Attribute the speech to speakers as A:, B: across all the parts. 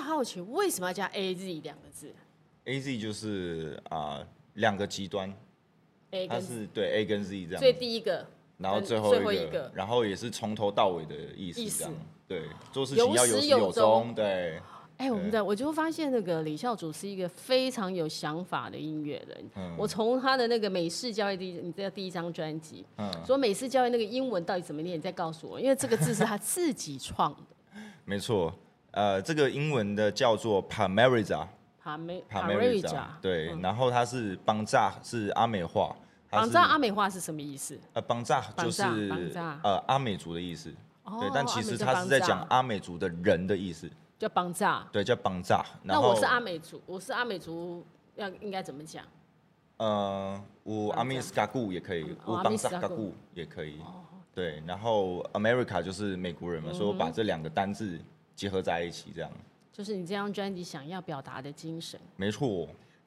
A: 好奇为什么要加 A Z 两个字
B: ，A Z 就是啊、呃两个极端，
A: ？A
B: 它
A: 跟 Z
B: 是对 A 跟 Z 这
A: 所以
B: 样，
A: 第一个，
B: 然后
A: 跟
B: 最后
A: 最
B: 一
A: 后
B: 个，
A: 一个
B: 然后也是从头到尾的意
A: 意
B: 思
A: 思
B: 这样，对，做事情
A: 有
B: 要
A: 始
B: 始
A: 有终
B: 有终，对，
A: 哎、我们的我就发现那个李孝祖是一个非常有想法的音乐人。
B: 嗯
A: 我从他的那个美式教育第一，你这第一张专辑，
B: 嗯，
A: 说美式教育那个英文到底怎么念，你再告诉我，因为这个字是他自己创的。
B: 没错，呃，这个英文的叫做 Parmeriza。
A: 帕梅
B: 帕
A: 梅
B: 梅
A: 瑞
B: 瑞
A: 加
B: 扎，，啊对，然后它是邦炸，是阿美话，它
A: 嗯绑
B: 是
A: 扎阿美话是什么意思？
B: 呃邦炸就
A: 邦
B: 是
A: 扎
B: 呃阿美族的意思，
A: 哦
B: 对，但
A: 阿
B: 其
A: 美
B: 实
A: 叫
B: 它是在
A: 邦
B: 讲
A: 扎
B: 阿美族的人的意思，
A: 叫绑扎。
B: 对，叫邦炸。然
A: 那
B: 后
A: 我是阿美族，我是阿美族，要应该怎么讲？
B: 呃，我
A: 邦扎
B: 阿米斯嘎固也可以
A: 嗯，哦
B: 我
A: 阿米
B: 邦
A: 斯嘎
B: 炸嘎
A: 固哦
B: 固也可以，对，然后 America 就是美国
A: 嗯
B: 人嘛，所以我把这两个单字结合在一起，这样
A: 就是你这张专辑想要表达的精神。
B: 没错，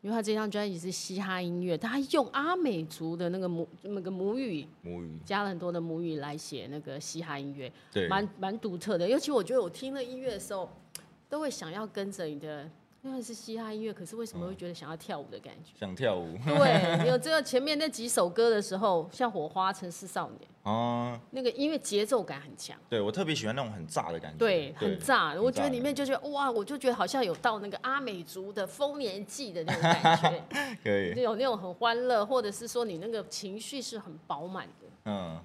A: 因为他这张专辑是嘻哈音乐，但他用阿美族的那个母那个母语，
B: 母语
A: 加了很多的母语来写那个嘻哈音乐，
B: 对，
A: 蛮蛮独特的。尤其我觉得我听了音乐的时候，都会想要跟着你的，因为是嘻哈音乐，可是为什么会觉得想要跳舞的感 觉？
B: 想跳舞
A: 对，你有只有前面那几首歌的时候，像《火花》《城市少年》，
B: 啊，
A: 那个音乐节奏感很强。
B: 对我特别喜欢那种很炸的感觉，
A: 嗯对，很炸。我觉得
B: 炸
A: 里面就觉得哇，我就觉得好像有到那个阿美族的丰年祭的那种感 觉，
B: 可以
A: 就，有那种很欢乐，或者是说你那个情绪是很饱满的。
B: 嗯。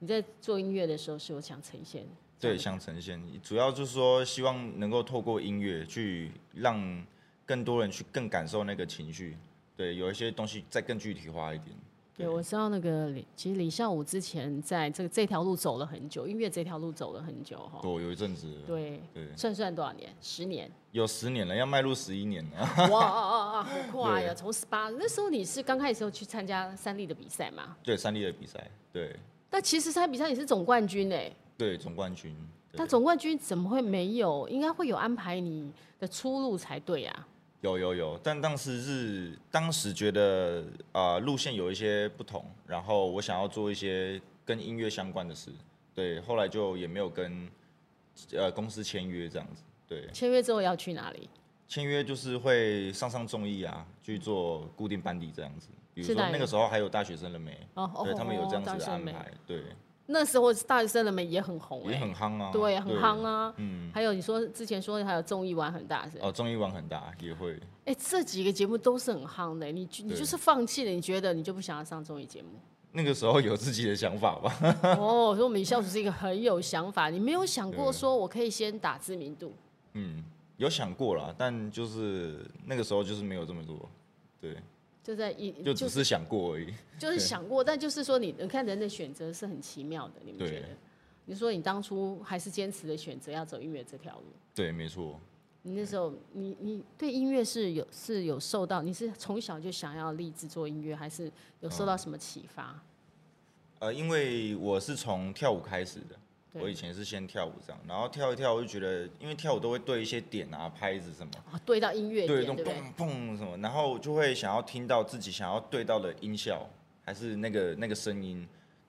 A: 你在做音乐的时候是有想呈现的，
B: 对，想呈现，主要就是说希望能够透过音乐去让更多人去更感受那个情绪。对，有一些东西再更具体化一点。
A: 对，我知道那个李，其实李孝武之前在这个这条路走了很久，音乐这条路走了很久哈。
B: 我有一阵子了
A: 对，
B: 对
A: 算算多少年？十 年，
B: 有十年了，要迈入十一年了。
A: 哇哦哦哦，好快呀！
B: 对
A: 从十八那时候你是刚开始时候去参加三立的比赛嘛？
B: 对，三 D 的比赛，对
A: 但其实三立比赛也是总冠军哎、
B: 对，总冠军。对
A: 那总冠军怎么会没有？应该会有安排你的出路才对啊。
B: 有有有，但当时是当时觉得啊、呃路线有一些不同，然后我想要做一些跟音乐相关的事，对，后来就也没有跟呃公司签约这样子，对。
A: 签约之后要去哪里？
B: 签约就是会上上综艺啊，去做固定班底这样子。比如
A: 是
B: 说
A: 哪一
B: 那个时候还有大学生了没？
A: 哦哦
B: 对他们有这样
A: 大学
B: 子的
A: 生
B: 安
A: 没
B: 排，对，
A: 那时候大学生的们也很红哎、
B: 也很夯啊，
A: 对，很夯。啊。
B: 嗯，
A: 还有你说之前说还有综艺玩很大是？哎、
B: 哦，综艺玩很大也会，
A: 这几个节目都是很夯的、你就你
B: 对
A: 就是放弃了，你觉得你就不想要上综艺节目？
B: 那个时候有自己的想法吧？
A: 哦，所以我们李孝祖是一个很有想法，你没有想过
B: 对
A: 说我可以先打知名度，
B: 嗯，有想过啦，但就是那个时候就是没有这么多，对，
A: 就在一
B: 就
A: 就
B: 只是想过而已。
A: 就是想过，但就是说你，你看人的选择是很奇妙的，你们
B: 对
A: 觉得？你说你当初还是坚持的选择要走音乐这条路，
B: 对，没错，
A: 你那时候你你对音乐是有是有受到，你是从小就想要立志做音乐，还是有受到
B: 嗯
A: 什么启发？
B: 呃，因为我是从跳舞开始的，
A: 对
B: 我以前是先跳舞这样，然后跳一跳我就觉得，因为跳舞都会对一些点啊、拍子什么。
A: 哦，对到音乐点，
B: 对，那种
A: 对不对？
B: 砰砰什么，然后就会想要听到自己想要对到的音效，还是那个那个声音，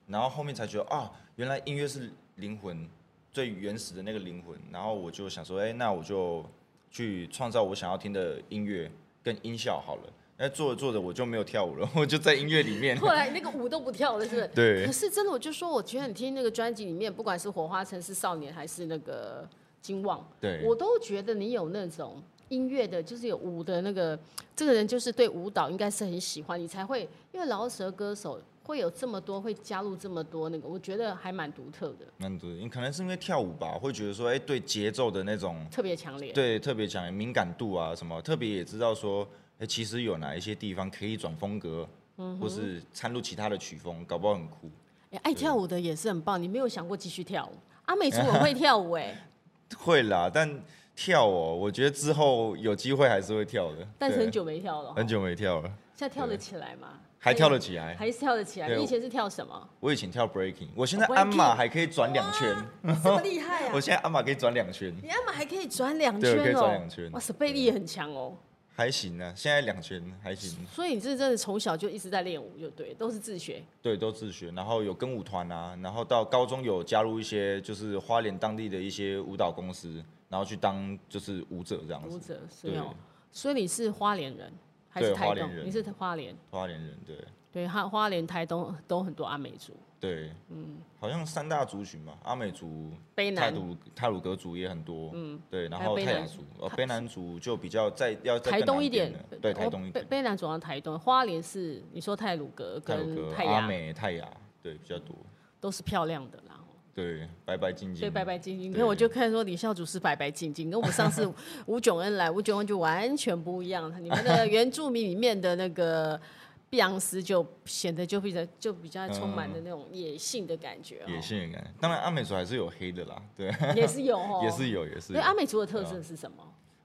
B: 然后后面才觉得啊，原来音乐是灵魂最原始的那个灵魂，然后我就想说，哎，那我就去创造我想要听的音乐跟音效好了。那做着做着我就没有跳舞了， 我就在音乐里面。
A: 后来那个舞都不跳了，是不是？
B: 对
A: 可是真的，我就说，我觉得你听那个专辑里面，不管是《火花城市少年》还是那个《金旺》，
B: 对
A: 我都觉得你有那种音乐的，就是有舞的那个，这个人就是对舞蹈应该是很喜欢，你才会，因为饶舌歌手会有这么多，会加入这么多那个，我觉得还蛮独特的，
B: 蛮多的，你可能是因为跳舞吧，会觉得说，哎，对节奏的那种
A: 特别强烈。
B: 对，特别讲敏感度啊什么，特别也知道说，哎、其实有哪一些地方可以转风格，
A: 嗯
B: 或是掺入其他的曲风，搞不好很酷。
A: 哎爱跳舞的也是很棒，你没有想过继续 跳舞？啊阿美族很会跳舞哎、
B: 会啦，但跳哦，我觉得之后有机会还是会跳的。
A: 但是很
B: 对
A: 久没跳了，
B: 很久没跳了，
A: 现在跳得起来吗？
B: 还跳得起来。
A: 还是跳得起来？
B: 对
A: 你以前是跳什 么？
B: 我以前跳 breaking，我现在
A: 哦
B: 鞍马
A: breaking
B: 还可以转两圈，
A: 这么厉害啊
B: 我！现在鞍马可以转两圈，
A: 你阿玛还可以转两
B: 对
A: 圈
B: 我可以
A: 哦，
B: 转两圈
A: 哇塞，背力也很强哦。
B: 还行啊，现在两拳还行，
A: 所以你是真的从小就一直在练舞，就对，都是自学。
B: 对，都自学，然后有跟舞团啊，然后到高中有加入一些就是花莲当地的一些舞蹈公司，然后去当就是舞者这样
A: 舞
B: 子，
A: 者是
B: 对
A: 没有，所以你是花莲人还是
B: 对
A: 台
B: 花莲
A: 东？
B: 人
A: 你是花莲，
B: 花莲人对
A: 对，花花莲、台东都很多阿美族，
B: 对，嗯，好像三大族群吧，阿美族、
A: 卑
B: 泰
A: 南、
B: 鲁泰鲁格族也很多，嗯，对，然
A: 还有
B: 后
A: 卑
B: 泰
A: 南
B: 雅族，呃，卑南族就比较在要再
A: 台
B: 更
A: 东
B: 南
A: 一点呃哦
B: 了，对，台东一
A: 卑
B: 点，
A: 卑南主要台东，花莲是你说泰鲁格
B: 泰鲁
A: 跟
B: 格、
A: 泰
B: 阿
A: 雅
B: 美、泰雅，对，比较多，
A: 都是漂亮的啦。
B: 对，白白净净，
A: 所以白白净净，因
B: 对
A: 为我就看说李孝祖是白白净净，跟我们上 次吴炯恩来，吴炯恩就完全不一样。你们 的原住民里面的那个碧昂斯就显得就比较就比较充满了
B: 嗯
A: 那种野性的感觉、
B: 野
A: 哦，
B: 性的感觉。当然，阿美族还是有黑的啦，对，
A: 也是有哦，
B: 也。是有，啊也是
A: 所以
B: 有。
A: 阿美族的特色是什么？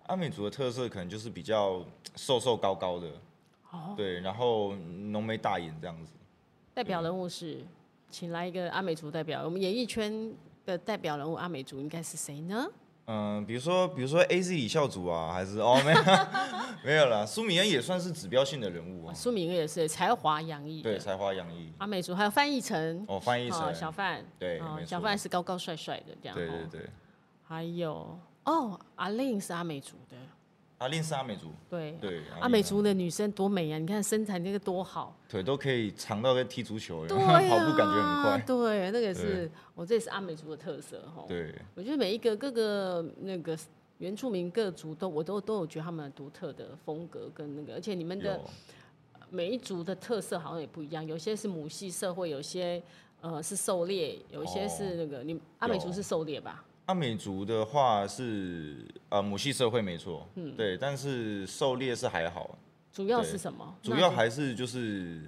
B: 阿美族的特色可能就是比较瘦瘦高高的，
A: 哦
B: 对，然后浓眉大眼这样子。
A: 代表
B: 啊
A: 人物是，请来一个阿美族代表，我们演艺圈的代表人物阿美族应该是谁呢？
B: 嗯，比如说，比如说 A Z 李孝祖啊，还是哦，没有，没有 啦。苏米恩也算是指标性的人物啊，
A: 哦苏明也是才华洋溢
B: 对，
A: 的
B: 才华洋溢。
A: 阿美族，还有范逸臣，
B: 哦，翻译成
A: 哦，，小范，
B: 对
A: 哦
B: 没错
A: 小范是高高帅帅的这样，
B: 对
A: 哦
B: 对对，
A: 还有哦，阿令是阿美族的，
B: 阿令是阿美族，
A: 对，
B: 对，
A: 阿美族的女生多美啊！你看身材那个多好，
B: 腿都可以长到跟踢足球一样，
A: 对、啊，
B: 跑步感觉很快。
A: 对，那个是我这也是阿美族的特色哈。
B: 对，
A: 我觉得每一个各个那个原住民各族都，我都都有觉得他们独特的风格跟那个，而且你们的
B: 有
A: 每一族的特色好像也不一样，有些是母系社会，有些呃是狩猎，有一些是那个、
B: 哦
A: 你阿美族是狩猎吧？
B: 阿美族的话是呃母系社会没错，
A: 嗯
B: 对，但是狩猎是还好，
A: 主要
B: 对
A: 是什么？
B: 主要还是就是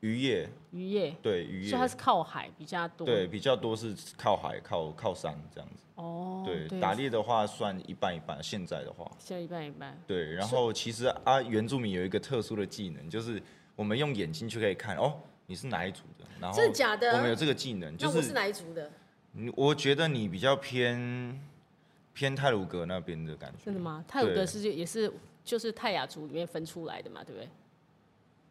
B: 渔业，
A: 那渔业，
B: 对渔
A: 所以它
B: 业，
A: 是靠海比较多。
B: 对比较多是靠海、靠靠山这样子。
A: 哦，
B: 对，
A: 对，
B: 打猎的话算一半一半，现在的话，
A: 现在一半一半。
B: 对。然后其实啊，原住民有一个特殊的技能，就是我们用眼睛就可以看哦，你是哪一族的，然后
A: 真的假的
B: 我们有这个技能，就
A: 那我是哪一族的？
B: 你我觉得你比较偏偏泰鲁格那边的感觉，
A: 真的吗？泰鲁格
B: 对
A: 是也是就是泰雅族里面分出来的嘛，对不对？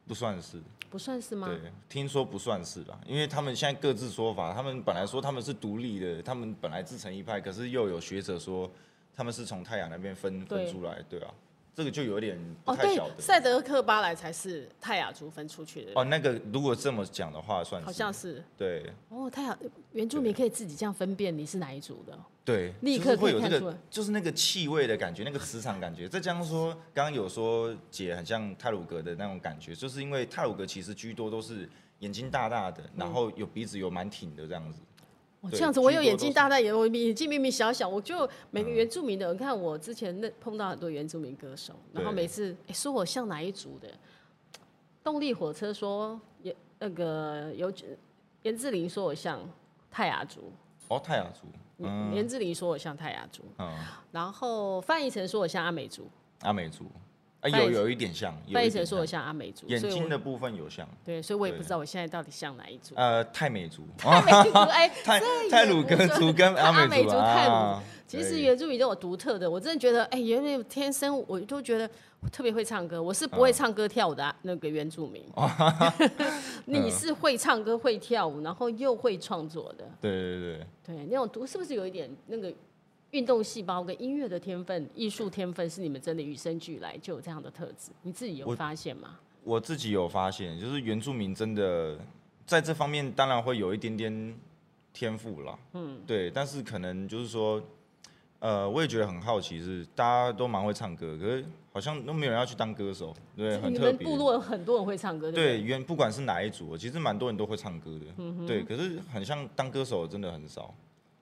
B: 不算是，
A: 不算是吗？
B: 对，听说不算是啦，因为他们现在各自说法，他们本来说他们是独立的，他们本来自成一派，可是又有学者说他们是从太阳那边分
A: 对
B: 分出来，对啊，这个就有点不
A: 哦，
B: 太
A: 对
B: 晓，得。
A: 赛德克巴莱才是泰雅族分出去的，
B: 哦，那个如果这么讲的话，算是
A: 好像是。
B: 对
A: 哦，泰雅原住民可以自己这样分辨你是哪一族的，
B: 对，
A: 立
B: 就
A: 刻
B: 是
A: 可以
B: 会有这
A: 看出来
B: 个，就是那个气味的感觉，那个磁场感觉。再加上说，刚刚有说姐很像泰鲁格的那种感觉，就是因为泰鲁格其实居多都是眼睛大大
A: 嗯
B: 的，然后有鼻子有蛮挺的这样子。
A: 我
B: 对
A: 这样子，我
B: 居
A: 有
B: 多
A: 眼
B: 都
A: 睛
B: 是嗯
A: 大大，眼我眼睛明明小小，我就每个原住民的，你看我之前那碰到很多原住民歌手，然后
B: 对
A: 每次、诶说我像哪一族的，动力火车说也那个有严志玲说我像泰雅族，
B: 哦，泰雅族，嗯
A: 严志玲说我像泰雅族，
B: 嗯。
A: 然后范逸臣说我像阿美族，
B: 阿美族，啊、
A: 范
B: 有
A: 逸
B: 有一点像，有
A: 范
B: 一
A: 逸臣
B: 点
A: 说我
B: 像，
A: 像阿美族，
B: 眼
A: 所以
B: 睛
A: 我
B: 的部分有像，
A: 对，所以我也
B: 对
A: 不知道我现在到底像哪一 族。
B: 呃，泰美族，
A: 阿美族哎，
B: 泰
A: 这也
B: 泰鲁格
A: 不
B: 族跟
A: 阿
B: 阿
A: 美
B: 族
A: 族泰鲁
B: 啊，
A: 其实
B: 对
A: 原住民都有独特的，我真的觉得，哎、原住民天生我都觉得我特别会唱歌，我是不会唱歌跳舞的啊、那个原住民，
B: 哦
A: 你
B: 嗯
A: 是会唱歌会跳舞，然后又会创作的，
B: 对对对对，
A: 对，那种独是不是有一点那个运动细胞跟音乐的天分、艺术天分是你们真的与生俱来就有这样的特质，你自己有
B: 我
A: 发现吗？
B: 我自己有发现，就是原住民真的在这方面当然会有一点点天赋啦，嗯，对，但是可能就是说。呃，我也觉得很好奇是，大家都蛮会唱歌，可是好像都没有人要去当歌手，对，很
A: 你
B: 特
A: 们
B: 别。
A: 部落有很多人会唱歌，对
B: 对，
A: 不对？嗯
B: 原不管是哪一组，其实蛮多人都会唱歌的，对。可是很像当歌手的真的很少，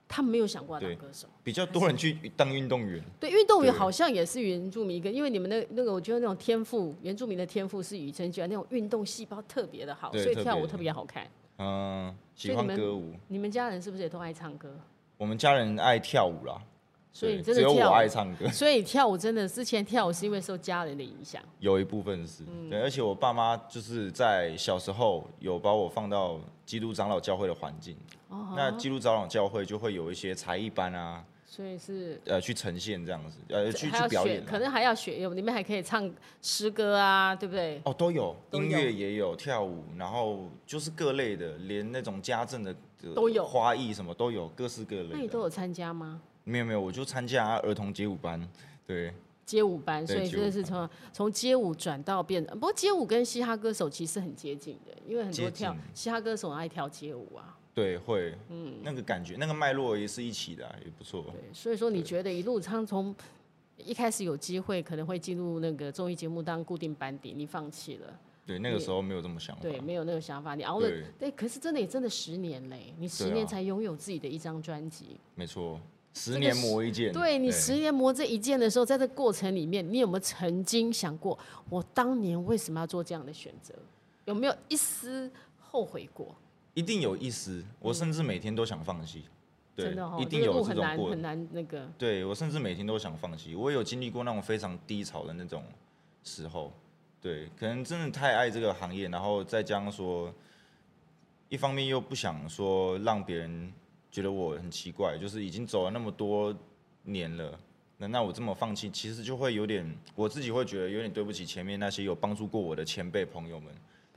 A: 他们没有想过要当
B: 对
A: 歌手。
B: 比较多人去当运动员。
A: 对，运动员
B: 对
A: 好像也是原住民一个，因为你们那那个，我觉得那种天赋，原住民的天赋是与生俱来，那种运动细胞特别的好，
B: 对
A: 所以
B: 特别
A: 跳舞
B: 的
A: 特别好看。
B: 嗯，喜
A: 所以你
B: 欢
A: 们
B: 歌舞。
A: 你们家人是不是也都爱唱歌？
B: 我们家人爱跳舞啦，
A: 所以
B: 对
A: 你真
B: 只
A: 的
B: 有我
A: 跳
B: 爱
A: 舞，
B: 唱歌，
A: 所以跳舞真的之前跳舞是因为受家人的影响，
B: 有一部分是、
A: 嗯
B: 对。而且我爸妈就是在小时候有把我放到
A: 哦
B: 基督长老教会的环境，那基督长老教会就会有一些才艺班啊，
A: 所以是
B: 呃去呈现这样子，呃去
A: 还要
B: 去表
A: 选，
B: 演啊、
A: 可能还要选，有里面还可以唱诗歌啊，对不对？
B: 哦，都有
A: 都有
B: 音乐也有跳舞，然后就是各类的，连那种家政的的
A: 都有
B: 花艺什么都有，各式各
A: 那你
B: 类
A: 都
B: 的。
A: 有参加吗？
B: 没有没有，我就参加儿童街舞班，对，
A: 街舞班，所
B: 对
A: 以
B: 街
A: 真的
B: 舞
A: 是
B: 班
A: 从从街舞转到变，不过街舞跟嘻哈歌手其实很接近的，因为很多
B: 接
A: 跳
B: 近
A: 嘻哈歌手很爱跳街舞啊，
B: 对会，那个感觉，那个脉络也是一起的啊、也不错。
A: 嗯对，所以说你觉得一路唱从一开始有机会可能会进入那个综艺节目当固定班底，你放弃了，
B: 对，那个时候没有这么想法。
A: 对，没有那个想法，你熬了
B: 哦对，
A: 对，可是真的也真的十年嘞，你十
B: 对啊
A: 年才拥有自己的一张专辑，
B: 没错，
A: 这
B: 十
A: 个
B: 年
A: 是
B: 磨一剑。哎
A: 对你十年磨这一剑的时候，在这过程里面，你有没有曾经想过，我当年为什么要做这样的选择？有没有一丝后悔过？
B: 一定有意思。我甚至每天都想放弃，
A: 嗯
B: 对，
A: 真的哦，
B: 一定
A: 这个
B: 有
A: 路
B: 这
A: 很
B: 种
A: 难
B: 过
A: 很。难那个，
B: 对我甚至每天都想放弃，我也有经历过那种非常低潮的那种时候。对，可能真的太爱这个行业，然后再加上说，一方面又不想说让别人觉得我很奇怪，就是已经走了那么多年了，那那我这么放弃，其实就会有点，我自己会觉得有点对不起前面那些有帮助过我的前辈朋友们。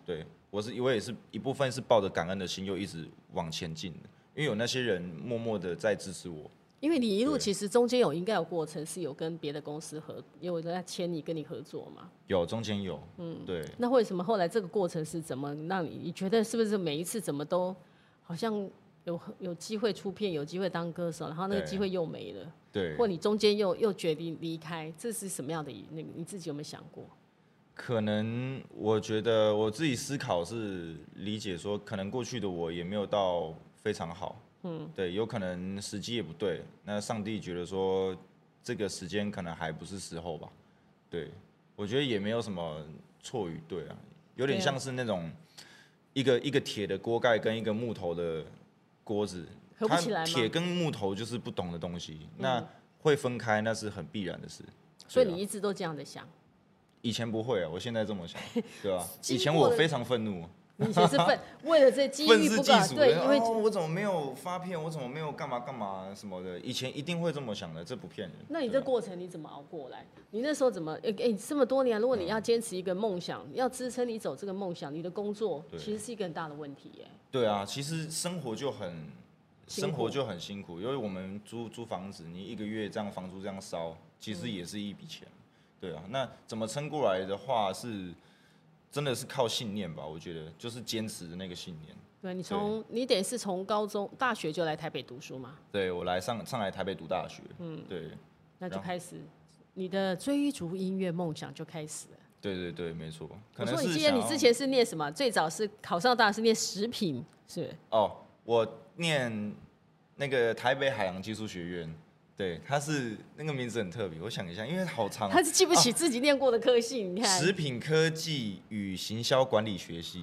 B: 对我是，我也是一部分是抱着感恩的心，又一直往前进的，因为有那些人默默的在支持我。
A: 因为你一路
B: 对
A: 其实中间有应该有过程是有跟别的公司合，有人在签你跟你合作嘛？
B: 有，中间有，嗯，对，
A: 那为什么后来这个过程是怎么让你？你觉得是不是每一次怎么都好像有有机会出片，有机会当歌手，然后那个
B: 对
A: 机会又没了？
B: 对
A: 或，你中间又又决定离开，这是什么样的一？那个你自己有没有想过？
B: 可能我觉得我自己思考是理解说，可能过去的我也没有到非常好，嗯，对，有可能时机也不对，那上帝觉得说这个时间可能还不是时候吧，对，我觉得也没有什么错与对啊，有点
A: 对啊
B: 像是那种一
A: 啊
B: 个一个铁的锅盖跟一个木头的锅子，
A: 合不
B: 它
A: 起来吗嗯
B: 铁跟木头就是不同的东西，那会分开那是很必然的事，
A: 所以
B: 对啊
A: 你一直都这样的想，
B: 以前不会啊，我现在这么 想，对吧、
A: 经
B: 以前
A: 过
B: 我
A: 了
B: 非常愤怒，
A: 你以前是 愤为了这机
B: 愤
A: 遇
B: 世
A: 不
B: 嫉
A: 敢
B: 俗
A: 对，
B: 的，
A: 因为
B: 哦我怎么没有发片，我怎么没有干嘛干嘛什么的，以前一定会这么想的，这不骗人。
A: 那你
B: 对啊
A: 这
B: 吧
A: 过程你怎么熬过来？你那时候怎么？哎、哎，这么多年，如果
B: 嗯
A: 你要坚持一个梦想，要支撑你走这个梦想，你的工作
B: 对
A: 其实是一个很大的问题耶。
B: 对啊，其实生活就很
A: 辛苦
B: 生活就很辛苦，因为我们租租房子，你一个月这样房租这样烧，其实也是一笔钱。对啊，那怎么撑过来的话是，真的是靠信念吧？我觉得就是坚持的那个信念。
A: 对你从你得是从高中、大学就来台北读书嘛，
B: 对我来上上来台北读大学，嗯，对。
A: 那就
B: 然后
A: 开始你的追逐音乐梦想就开始了。
B: 对对对，没错。可
A: 我
B: 能
A: 说
B: 是
A: 你记得
B: 想
A: 你
B: 要
A: 之前是念什么？最早是考上大学是念食品，是不是
B: 哦，我念那个台北海洋技术学院，对，它是那个名字很特别，我想一下，因为好长啊
A: 他，是记不起
B: 哦
A: 自己念过的科系，你看。
B: 食品科技与行销管理学系，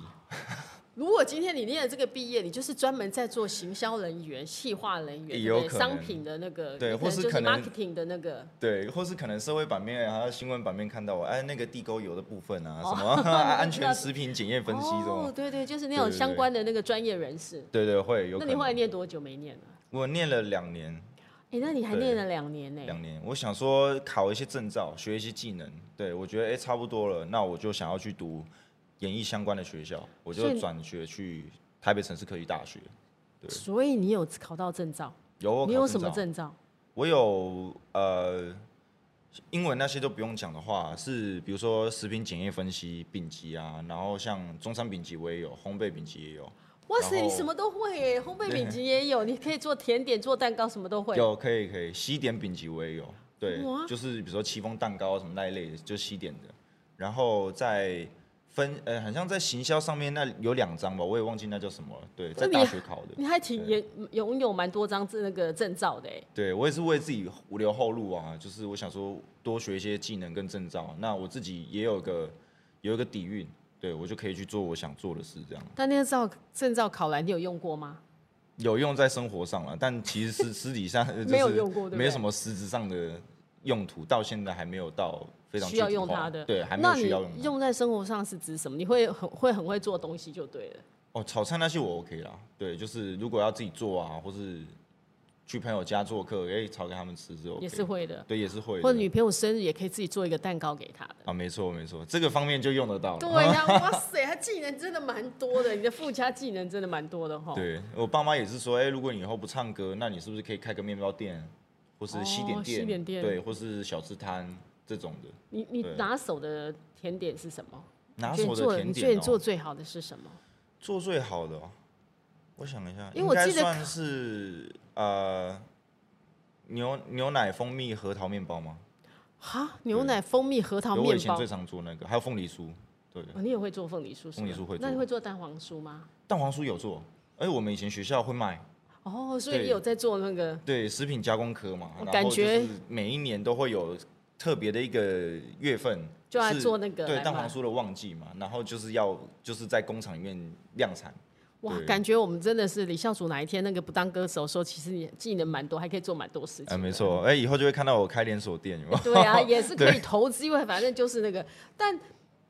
A: 如果今天你念的这个毕业，你就是专门在做行销人员、企划人员，对不
B: 也有
A: 对
B: 可能
A: 商品的那个，
B: 对
A: 有
B: 或是
A: 就是
B: 可能
A: marketing 的那个，
B: 对，或是可能社会版面还有新闻版面看到我，哎，那个地沟油的部分啊，什么 安全食品检验分析这
A: 哦
B: 种，，
A: 对对，就是那种
B: 对对对
A: 相关的那个专业人士。
B: 对对会有
A: 那
B: 可
A: 你后来
B: 能。
A: 念多久没念了？
B: 我念了两年，
A: 哎，那你还
B: 对
A: 念了两年呢。
B: 两年，我想说考一些证照，学一些技能，对我觉得哎、差不多了，那我就想要去读演艺相关的学校，我
A: 所
B: 就
A: 以
B: 转学去台北城市科技大学。对
A: 所以你有考到证照，
B: 有我
A: 你
B: 考
A: 有什么
B: 照？
A: 证照？
B: 我有呃，英文那些都不用讲的话，是比如说食品检验分析丙级啊，然后像中山丙级我也有，烘焙丙级也有，
A: 哇塞，
B: 然
A: 你
B: 后
A: 什么都会耶，烘焙
B: 对
A: 饼级也有，你可以做甜点、做蛋糕，什么都会。
B: 有可以可以，西点丙级我也有，对
A: 哇，
B: 就是比如说戚风蛋糕什么那一类的，就西点的。然后在分呃，好像在行销上面那有两张吧，我也忘记那叫什么了。对，
A: 那
B: 在
A: 你
B: 大学考的，
A: 你还挺也嗯拥有蛮多张这那个证照的哎。
B: 对我也是为自己留后路啊，就是我想说多学一些技能跟证照，啊那我自己也有个有一个底蕴，对我就可以去做我想做的事，这样
A: 但那个照证照考来，你有用过吗？
B: 有用在生活上了，但其实私私底下就是
A: 没有用过对不对
B: 没有什么实质上的用途，到现在还没有到非常
A: 需要
B: 具体
A: 用
B: 化
A: 它的，
B: 对，还没
A: 那
B: 有
A: 你
B: 需要用它。
A: 用在生活上是指什么？你会很会很会做东西就对了。
B: 哦，炒菜那些我 OK 啦，对，就是如果要自己做啊，或是去朋友家做客，哎，炒给他们吃之后、
A: 也是会的。
B: 对，也是会的
A: 或者女朋友生日也可以自己做一个蛋糕给她的。
B: 啊，没错没错，这个方面就用得到了。
A: 对呀、哇塞，他技能真的蛮多的，你的附加技能真的蛮多的哈。
B: 对我爸妈也是说，哎、如果你以后不唱歌，那你是不是可以开个面包店，或是西点
A: 哦
B: 店，
A: 西点店
B: 对，或是小吃摊这种的。
A: 你你
B: 对
A: 拿手的甜点是什么？
B: 拿
A: 你觉得
B: 手
A: 你
B: 的
A: 做
B: 甜
A: 你觉得
B: 点、
A: 你
B: 哦
A: 做最好的是什么？
B: 做最好的、哦，我想一下，
A: 因为我
B: 应该
A: 记得
B: 算是呃牛牛奶蜂蜜核桃面包吗？
A: 哈，牛奶、蜂蜜、核桃
B: 对我
A: 面
B: 以前
A: 包
B: 最。常做那个，还有凤梨酥，对，
A: 哦，你也会做凤梨酥是吗？
B: 凤梨酥会做
A: 那你会做蛋黄酥吗？
B: 蛋黄酥有做。哎，我们以前学校会卖，
A: 哦，所以
B: 对
A: 你有在做那个
B: 对，食品加工科嘛，
A: 我
B: 然后
A: 感觉
B: 就是每一年都会有特别的一个月份，
A: 就来
B: 是
A: 做那个
B: 对
A: 来
B: 蛋
A: 卖
B: 黄酥的旺季嘛，然后就是要就是在工厂里面量产，
A: 哇，
B: 对
A: 感觉我们真的是李孝祖哪一天那个不当歌手的时候，其实你技能蛮多，还可以做蛮多事情。
B: 哎，没。错，哎，以后就会看到我开连锁店，有没有？
A: 对 啊，也是可以投资，因为反正就是那个，但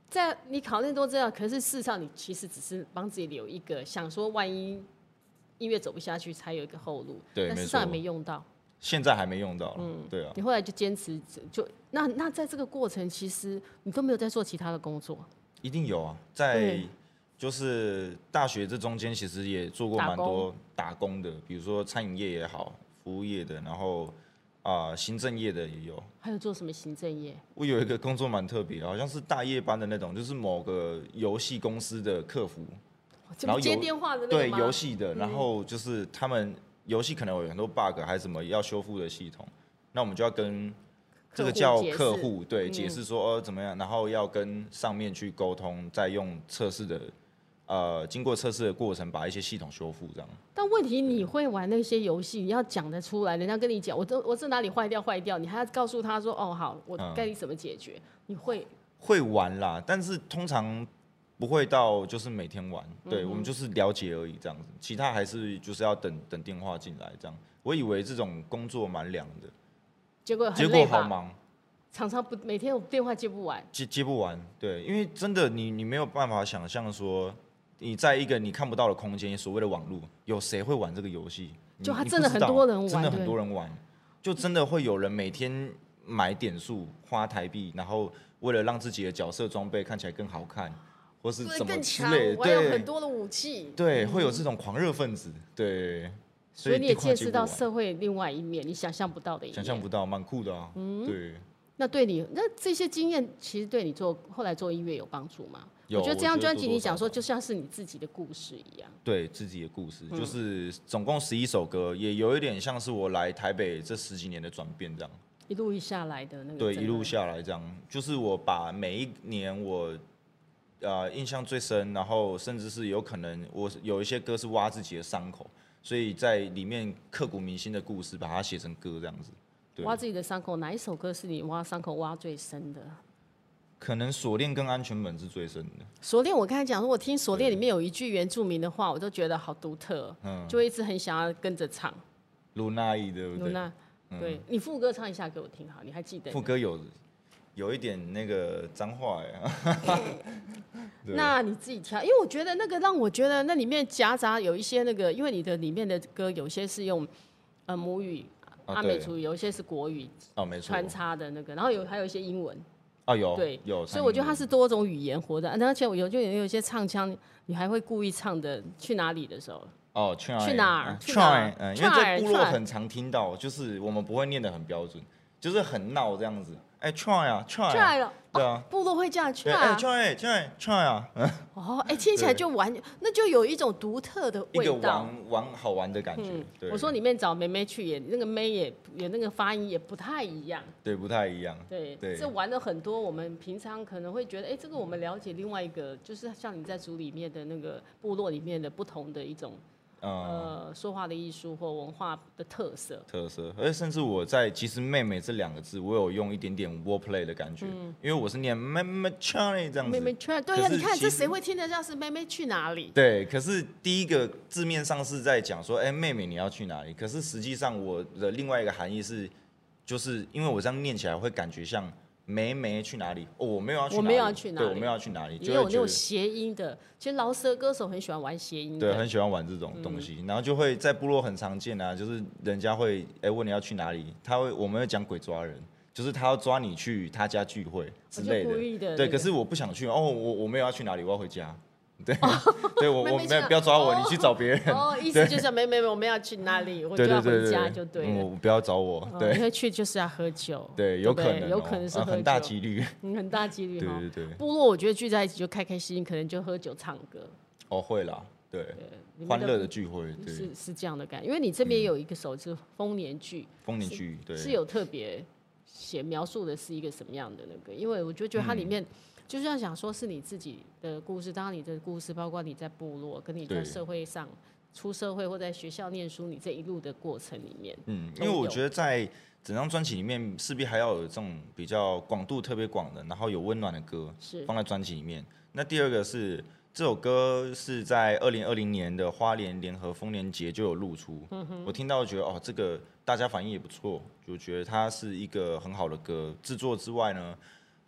A: 在你考虑都这样，可是事实上你其实只是帮自己留一个，想说万一音乐走不下去，才有一个后路。
B: 对
A: 但
B: 没
A: 事实上也
B: 错
A: 没用到。
B: 现在还没用到，嗯，对啊，
A: 你后来就坚持，就那那在这个过程，其实你都没有在做其他的工作，
B: 一定有啊，在
A: 对
B: 就是大学这中间，其实也做过
A: 打
B: 蛮多打工的，比如说餐饮业也好，服务业的，然后啊、行政业的也有。
A: 还有做什么行政业？
B: 我有一个工作蛮特别，好像是大夜班的那种，就是某个游戏公司的客服，
A: 这
B: 然后
A: 不接
B: 游
A: 电话的那个
B: 对
A: 吗嗯
B: 游戏的，然后就是他们游戏可能有很多 bug 还是什么要修复的系统，那我们就要跟这个
A: 客户
B: 叫
A: 解
B: 客
A: 释嗯
B: 户对解释说呃怎么样，然后要跟上面去沟通，再用测试的呃经过测试的过程把一些系统修复这样。
A: 但问题你会玩那些游戏，你要讲得出来，人家跟你讲，我这我这哪里坏掉坏掉，你还要告诉他说，哦好，我
B: 嗯
A: 该你怎么解决？你会
B: 会玩啦，但是通常不会到就是每天玩，
A: 嗯
B: 对、我们就是了解而已这样子，其他还是就是要等等电话进来这样。我以为这种工作蛮凉的，
A: 结果
B: 结
A: 很累
B: 果好
A: 吧？
B: 忙，
A: 常常不每天我电话接不完，
B: 接接不完。对，因为真的你你没有办法想象说你在一个你看不到的空间，所谓的网络，有谁会玩这个游戏？你
A: 就它
B: 你不
A: 真的
B: 知
A: 很
B: 道
A: 多人玩
B: 真的
A: 对
B: 很多人玩，就真的会有人每天买点数花台币，然后为了让自己的角色装备看起来更好看，或是怎么
A: 更
B: 之
A: 强，
B: 类的，
A: 我还有
B: 对
A: 很多的武器，
B: 对，会有这种狂热分子，对，
A: 所以你也
B: 地块
A: 见
B: 接
A: 识
B: 不
A: 到
B: 完
A: 社会另外一面，你想象不到的一面。
B: 想象不到，蛮酷的啊，
A: 嗯
B: 对。
A: 那对你那这些经验，其实对你做后来做音乐有帮助吗？
B: 有
A: 我觉得这
B: 我
A: 张
B: 觉得
A: 专
B: 多
A: 辑
B: 多
A: 你
B: 少
A: 讲说，
B: 少
A: 就像是你自己的故事一样。
B: 对自己的故事，
A: 嗯
B: 就是总共十一首歌，也有一点像是我来台北这十几年的转变这样。
A: 一路一下来嗯的那个，
B: 对，一路，下来这样，就是我把每一年我呃印象最深，然后甚至是有可能我有一些歌是挖自己的伤口，所以在里面刻骨铭心的故事，把它写成歌这样子。对
A: 挖自己的伤口，哪一首歌是你挖伤口挖最深的？
B: 可能锁链跟安全本是最深的，
A: 锁链，我刚才讲说，我听锁链里面有一句原住民的话，我都觉得好独特，哦
B: 嗯
A: 就会一直很想要跟着唱。
B: 卢娜伊对不
A: 露
B: 对？
A: 娜，对你副歌唱一下给我听，好，你还记得？
B: 副歌有有一点那个脏话欸呀，对
A: 那你自己挑，因为我觉得那个让我觉得那里面夹杂有一些那个，因为你的里面的歌有些是用呃母语、
B: 啊
A: 阿美
B: 对
A: 族语，有一些是国语
B: 哦没错，
A: 穿插的那个，然后有还有一些英文。
B: 啊有
A: 对，
B: 有，
A: 所以我觉得它
B: 他
A: 是多种语言活的，啊而且我有就有有一些唱腔，你还会故意唱的去哪里的时候，
B: 哦去
A: 去哪儿去
B: 去
A: 哪
B: 哪
A: 儿
B: 儿？嗯，因为
A: 去哪儿
B: 在部落
A: 去哪儿
B: 很常听到，就是我们不会念的很标准，就是很闹这样子，哎 try 啊 try
A: 去
B: 啊
A: 哪了？
B: 对
A: 哦
B: 啊，
A: 部落会这样去
B: 对哎
A: 啊？
B: try try try 啊，嗯
A: 哦，哎，听起来就完，那就有一种独特的
B: 一个
A: 味道。
B: 玩玩好玩的感觉
A: 嗯，
B: 对，
A: 我说里面找梅梅去也，那个梅也也那个发音也不太一样，
B: 对不太一样，
A: 对，
B: 对
A: 这玩了很多我们平常可能会觉得，哎，这个我们了解另外一个，就是像你在组里面的那个部落里面的不同的一种
B: 嗯。
A: 呃说话的艺术或文化的特色。
B: 特色，而且甚至我在其实“妹妹”这两个字，我有用一点点 wordplay 的感觉，因为我是念“妹妹 Charlie” 这样子，
A: 嗯妹妹去，对
B: 可
A: 呀、
B: 是
A: 你看
B: 其
A: 这
B: 实
A: 谁会听得像是妹妹去哪里？
B: 对，可是第一个字面上是在讲说，哎、妹妹你要去哪里？可是实际上我的另外一个含义是，就是因为我这样念起来会感觉像没没去哪里？哦，我没有要去哪里，
A: 我没有要去哪里
B: 对，我没有要去哪里，
A: 也
B: 就
A: 有
B: 会
A: 那
B: 觉
A: 种
B: 得
A: 谐音的。其实饶舌歌手很喜欢玩谐音
B: 对，
A: 的，
B: 很喜欢玩这种
A: 嗯
B: 东西，然后就会在部落很常见啊，就是人家会哎、问你要去哪里，他会我们会讲鬼抓人，就是他要抓你去他家聚会之
A: 我就
B: 类
A: 故意的
B: 对，
A: 那个
B: 可是我不想去哦，我我没有要去哪里，我要回家。 对，对我
A: 哦妹
B: 我
A: 妹
B: 没
A: 去
B: 有
A: 哪
B: 不要抓我，
A: 哦
B: 你去找别人。
A: 哦，意思就是没没没，我们要去哪里，我就
B: 对
A: 要
B: 对对
A: 回
B: 对
A: 家
B: 对，
A: 就对
B: 嗯
A: 了。
B: 我不要找我。
A: 哦
B: 对
A: 因为去就是要喝酒，
B: 对，有
A: 不
B: 可能哦
A: 有可能是
B: 啊
A: 喝
B: 很大
A: 酒
B: 几率。
A: 嗯，很大几率
B: 对
A: 哈。
B: 对对，
A: 部落我觉得聚在一起就开开心心，可能就喝酒唱歌，
B: 哦会啦，对，
A: 对，你们
B: 欢
A: 的
B: 乐的聚会，对，嗯
A: 是是这样的感觉。因为你这边有一个首是丰年剧，
B: 丰年聚，对，
A: 是有特别写描述的是一个什么样的那个？因为我就觉得它里
B: 嗯
A: 面、就是要想说是你自己的故事，当然你的故事包括你在部落，跟你在
B: 对
A: 社会上出社会或在学校念书，你这一路的过程里面，
B: 嗯，
A: 都
B: 因为我
A: 有
B: 觉得在整张专辑里面，势必还要有这种比较广度特别广的，然后有温暖的歌
A: 是
B: 放在专辑里面。那第二个是这首歌是在二零二零年的花莲联合丰年节就有露出，
A: 嗯
B: 我听到觉得哦，这个大家反应也不错，就觉得它是一个很好的歌。制作之外呢，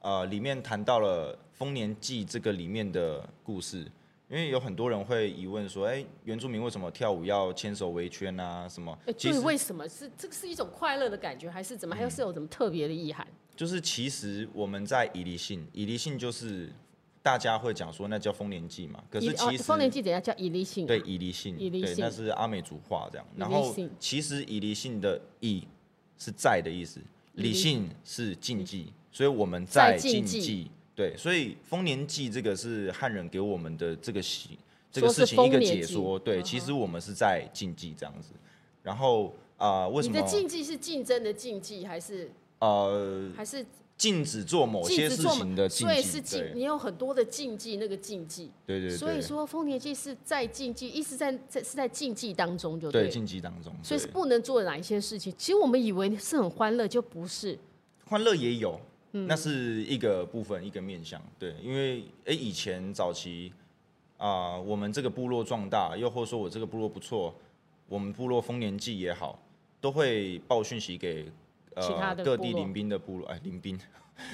B: 呃，里面谈到了丰年祭这个里面的故事。因为有很多人会疑问说，哎、原住民为什么跳舞要牵手围圈啊？什么？
A: 哎，
B: 其
A: 对，
B: 实嗯
A: 为什么是这个是一种快乐的感觉，还是怎么？还有是有什么特别的意涵？
B: 就是其实我们在以离性，以离性就是大家会讲说那叫丰年祭嘛，可
A: 以
B: 是其实、
A: 哦丰年祭等一下叫以利性啊，
B: 对以离性，
A: 以离
B: 对
A: 性
B: 那是阿美族话这样。
A: 以离
B: 然后
A: 性
B: 其实以离性的以是在的意思，
A: 以离
B: 理性是禁忌，所以我们
A: 在
B: 在
A: 禁
B: 禁
A: 忌
B: 忌。对，所以丰年祭这个是汉人给我们的这个习这
A: 说
B: 个
A: 是
B: 事情一个
A: 丰年
B: 解
A: 祭嗯
B: 说。对，其实我们是在禁忌这样子。然后啊、呃为什
A: 你
B: 么
A: 的竞技是竞争的竞技，还是
B: 呃
A: 还是
B: 禁止做某
A: 禁
B: 些
A: 止
B: 事
A: 做
B: 情
A: 嘛
B: 的禁
A: 所
B: 忌？
A: 以是
B: 对
A: 竞，你有很多的竞技，那个竞技。
B: 对对对，
A: 所以说，丰年祭是在竞技，一直在在是在竞技当中就
B: 对
A: 了
B: 竞技当中，
A: 所以是
B: 对
A: 不能做哪一些事情。其实我们以为是很欢乐，就不是。
B: 欢乐也有，
A: 嗯
B: 那是一个部分一个面向。对，因为哎、诶以前早期啊、我们这个部落壮大，又或者说我这个部落不错，我们部落丰年祭也好，都会报讯息给
A: 其他
B: 呃
A: 的
B: 各
A: 部
B: 地
A: 落
B: 临兵的部落，哎、临兵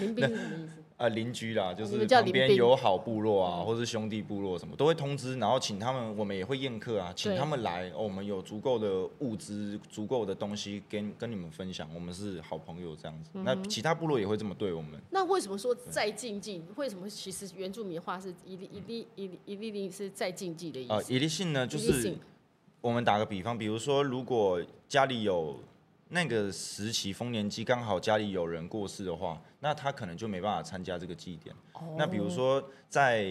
A: 林斌是什么意思？
B: 啊，邻居啦，就
A: 哦你
B: 是
A: 们叫
B: 旁边
A: 邻嗯兵
B: 友好部落啊，或是兄弟部落什么，都会通知，然后请他们，我们也会宴客啊，请
A: 对
B: 他们来，哦，我们有足够的物资、足够的东西跟跟你们分享，我们是好朋友这样子。
A: 嗯
B: 那其他部落也会这么对我们，
A: 那为什么说在竞技？为什么其实原住民话是一粒一粒一粒一粒粒是在竞技的意
B: 啊，
A: 思？
B: 一例性呢，就是我们打个比方，比如说，如果家里有那个时期丰年祭，刚好家里有人过世的话，那他可能就没办法参加这个祭典。
A: 哦
B: 那比如说，在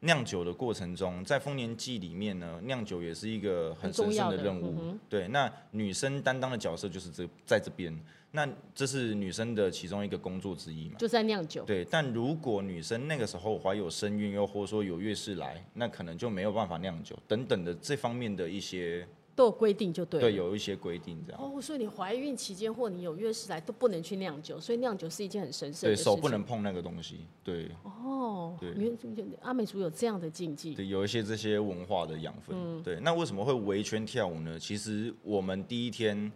B: 酿酒的过程中，在丰年祭里面呢，酿酒也是一个很神圣任
A: 很重要
B: 务。
A: 的嗯
B: 对，那女生担当的角色就是这在这边，那这是女生的其中一个工作之一嘛。
A: 就在酿酒。
B: 对，但如果女生那个时候怀有身孕，又或者说有月事来，那可能就没有办法酿酒等等的这方面的一些
A: 都有规定就对了。
B: 对，有一些规定这样。
A: 哦，所以你怀孕期间或你有月事来都不能去酿酒，所以酿酒是一件很神圣
B: 对
A: 的事
B: 手
A: 情。
B: 不能碰那个东西，对
A: 哦，
B: 对
A: 原阿美族有这样的禁忌，
B: 对，有一些这些文化的养分。
A: 嗯
B: 对，那为什么会围圈跳舞呢？其实我们第一天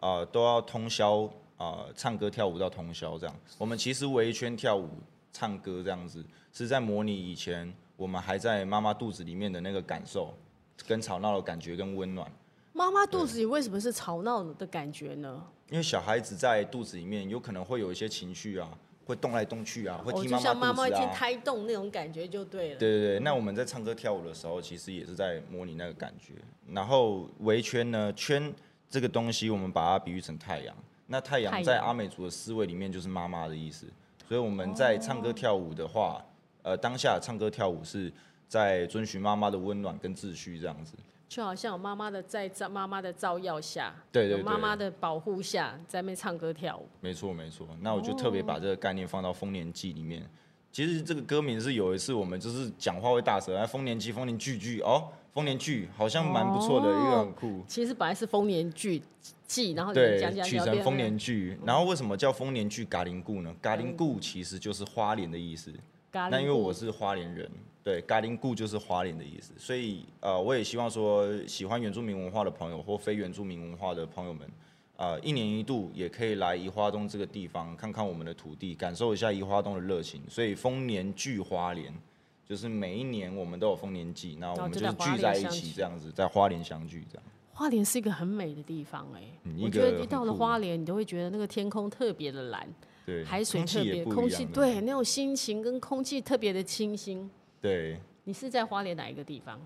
B: 啊、呃都要通宵啊、呃唱歌跳舞到通宵这样。我们其实围圈跳舞、唱歌这样子，是在模拟以前我们还在妈妈肚子里面的那个感受，跟吵闹的感觉跟温暖。
A: 妈妈肚子里为什么是吵闹的感觉呢？
B: 因为小孩子在肚子里面有可能会有一些情绪啊，会动来动去啊，会
A: 哦，
B: 踢
A: 就
B: 妈
A: 像妈
B: 妈
A: 妈
B: 肚
A: 一
B: 子
A: 天
B: 啊。
A: 胎动那种感觉就对了。
B: 对对对，那我们在唱歌跳舞的时候，其实也是在模拟那个感觉。然后围圈呢，圈这个东西，我们把它比喻成太阳。那太
A: 太
B: 阳
A: 阳
B: 在阿美族的思维里面就是妈妈的意思，所以我们在唱
A: 哦
B: 歌跳舞的话，呃，当下唱歌跳舞是在遵循妈妈的温暖跟秩序这样子。
A: 就好像有妈妈的在照妈妈的照耀下，
B: 对对
A: 有
B: 对
A: 妈妈的保护下，在那边唱歌跳舞。
B: 没错没错，那我就特
A: 哦
B: 别把这个概念放到《丰年祭》里面。其实这个歌名是有一次我们就是讲话会大舌，哎，丰年祭、丰年聚聚哦，丰年聚好像蛮不错的，
A: 哦
B: 一个很酷。
A: 其实本来是丰年剧季，然后你
B: 对
A: 讲讲，
B: 取
A: 讲
B: 成
A: 变
B: 丰年聚。然后为什么叫丰年聚嘎林固呢？嘎林固
A: 嗯
B: 其实就是花莲的意思。
A: 咖喱
B: 那因为
A: 布
B: 我是花莲人，对，嘎林固就是花莲的意思，所以呃，我也希望说喜欢原住民文化的朋友或非原住民文化的朋友们，呃一年一度也可以来宜花东这个地方看看我们的土地，感受一下宜花东的热情。所以丰年聚花莲，就是每一年我们都有丰年祭，那我
A: 哦
B: 们
A: 就
B: 就
A: 在
B: 是
A: 花
B: 聚
A: 莲
B: 在一
A: 相
B: 起
A: 聚
B: 这样子，在花莲相聚这样。
A: 花莲是一个很美的地方哎、
B: 嗯
A: 我
B: 一
A: 觉
B: 个
A: 得一
B: 很
A: 到了
B: 酷
A: 花莲，你都会觉得那个天空特别的蓝，
B: 对，
A: 海水
B: 空气
A: 特
B: 也
A: 别，
B: 不一
A: 空
B: 样啊
A: 气
B: 的
A: 对那种心情跟空气特别的清新。
B: 对，
A: 你是在花莲哪一个地方？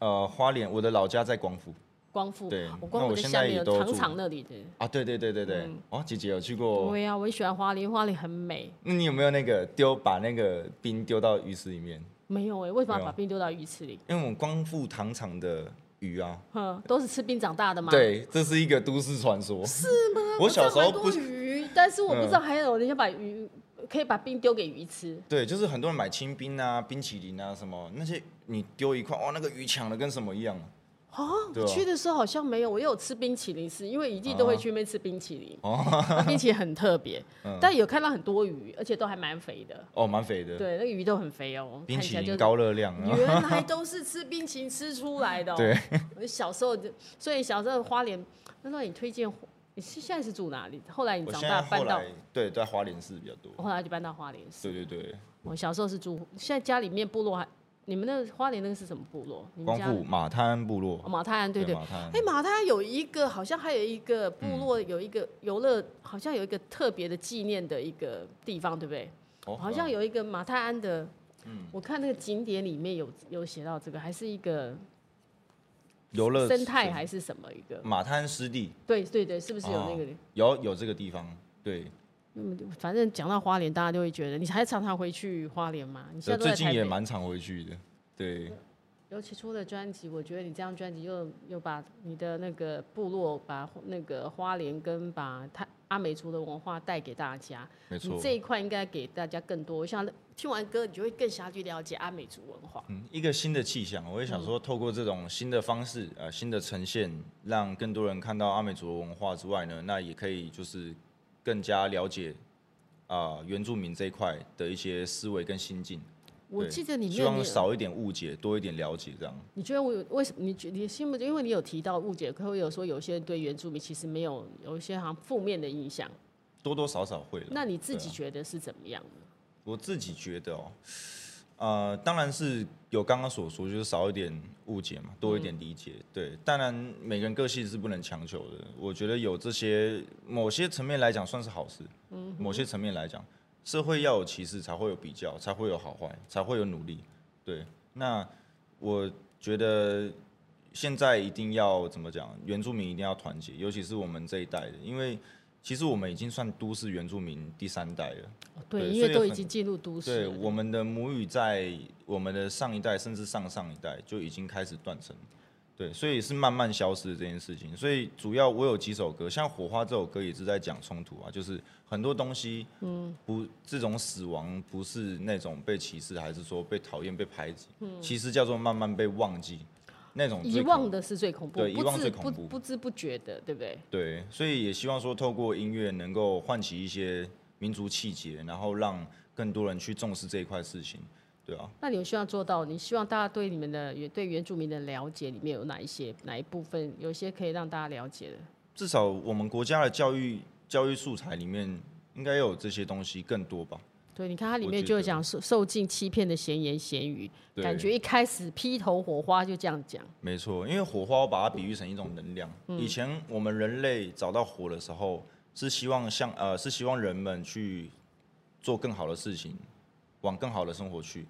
B: 呃，花莲我的老家在光复
A: 光复，
B: 对
A: 我
B: 那
A: 光复
B: 我
A: 的
B: 现
A: 下
B: 在
A: 面
B: 也
A: 有
B: 都
A: 糖
B: 住
A: 厂那里对。
B: 啊，对对对对对，哦，姐姐有去过，
A: 对啊，嗯我也喜欢花莲，花莲很美。
B: 那你有没有那个丢把那个冰丢到鱼池里面？
A: 没有哎、为什么要
B: 没有啊
A: 把冰丢到鱼池里？
B: 因为我们光复糖厂的鱼啊，
A: 哼，都是吃冰长大的嘛。，
B: 对，这是一个都市传说。是吗？我小时候不，
A: 鱼，但是我不知
B: 嗯
A: 道还有人家把鱼可以把冰丢给鱼吃。
B: 对，就是很多人买清冰啊、冰淇淋啊什么那些，你丢一块，哦，那个鱼抢的跟什么一样。
A: 哦，
B: 对
A: 我
B: 啊
A: 去的时候好像没有，我有吃冰淇淋是因为一季都会去那边吃冰淇淋，
B: 哦
A: 那冰淇淋很特 别，
B: 嗯
A: 但有看到很多鱼，而且都还蛮肥的。
B: 哦，蛮肥的，
A: 对，那个鱼都很肥哦，
B: 冰淇
A: 看起来
B: 淋
A: 就
B: 高热量啊。
A: 原来都是吃冰淇淋吃出来的、哦。
B: 对，
A: 我小时候就，所以小时候花莲，那让你推荐，你是现在是住哪里？后来你
B: 我
A: 长
B: 现
A: 大
B: 在
A: 搬
B: 后
A: 到
B: 来，对，在花莲市比较多。
A: 我后来就搬到花莲市。
B: 对对对，
A: 我小时候是住，现在家里面部落还，你们那个花莲那个是什么部落？你们
B: 光
A: 家
B: 复马滩部
A: 哦
B: 落，
A: 马泰安，对对。
B: 马滩
A: 哎、，马泰安有一个，好像还有一个部落，有一个游乐，好像有一个特别的纪念的一个地方，对不对？
B: 哦嗯
A: 好像有一个马泰安的，我看那个景点里面有有写到这个，还是一个
B: 游乐
A: 生态还是什么一个？
B: 马滩湿地，
A: 对对对，是不是有那个？
B: 有有这个地方，对，
A: 嗯反正讲到花莲，大家都会觉得你还常常回去花莲吗？你现在都
B: 呃最
A: 在
B: 近
A: 台
B: 也
A: 北。
B: 蛮常回去的，对，
A: 尤其出了专辑，我觉得你这张专辑又又把你的那个部落、把那个花莲跟把他阿美族的文化带给大家。
B: 没
A: 你
B: 错。
A: 这一块应该给大家更多。我想听完歌，你就会更详细了解阿美族文化。
B: 嗯，一个新的气象，我也想说，
A: 嗯
B: 透过这种新的方式，呃，新的呈现，让更多人看到阿美族的文化之外呢，那也可以就是更加了解啊、原住民这一块的一些思维跟心境。
A: 我
B: 对
A: 记得里
B: 希
A: 面
B: 望
A: 你，
B: 少一点误解，多一点了解，这样。
A: 你觉得我有为什么？你觉你心目中，因为你有提到误解，可会有说有些人对原住民其实没有有一些好像负面的印象。
B: 多多少少会了。
A: 那你自己
B: 对啊
A: 觉得是怎么样的？
B: 我自己觉得哦，呃，当然是有刚刚所说，就是少一点误解嘛，多一点理解。对，当然每个人个性是不能强求的。我觉得有这些某些层面来讲算是好事，嗯，某些层面来讲，社会要有歧视才会有比较，才会有好坏，才会有努力。对，那我觉得。现在一定要怎么讲？原住民一定要团结，尤其是我们这一代的，因为其实我们已经算都市原住民第三代了。
A: 哦对，
B: 对
A: 因为
B: 所以
A: 都已
B: 很
A: 经进入都市
B: 对，
A: 了。
B: 我们的母语在我们的上一代甚至上上一代就已经开始断层，对，所以是慢慢消失的这件事情。所以主要我有几首歌，像《火花》这首歌也是在讲冲突啊，就是很多东西，嗯，不，这种死亡不是那种被歧视，还是说被讨厌、被排挤，其实叫做慢慢被忘记，那种
A: 嗯遗
B: 最可
A: 忘的是最恐怖，
B: 对
A: 不
B: 遗忘
A: 知
B: 最
A: 不
B: 恐怖
A: 不知不觉的，对不对？
B: 对，所以也希望说透过音乐能够唤起一些民族气节，然后让更多人去重视这一块事情，对啊。
A: 那你有希望做到？你希望大家对你们的原对原住民的了解里面有哪一些哪一部分？有一些可以让大家了解的。
B: 至少我们国家的教育教育素材里面应该有这些东西更多吧？
A: 对，你看它里
B: 我
A: 面
B: 觉
A: 就有
B: 得
A: 讲受受尽欺骗的闲言闲语，
B: 对
A: 感觉一开始劈头火花就这样讲。
B: 没错，因为火花我把它比喻成一种能量。
A: 嗯
B: 以前我们人类找到火的时候，是希望像呃是希望人们去做更好的事情，往更好的生活去。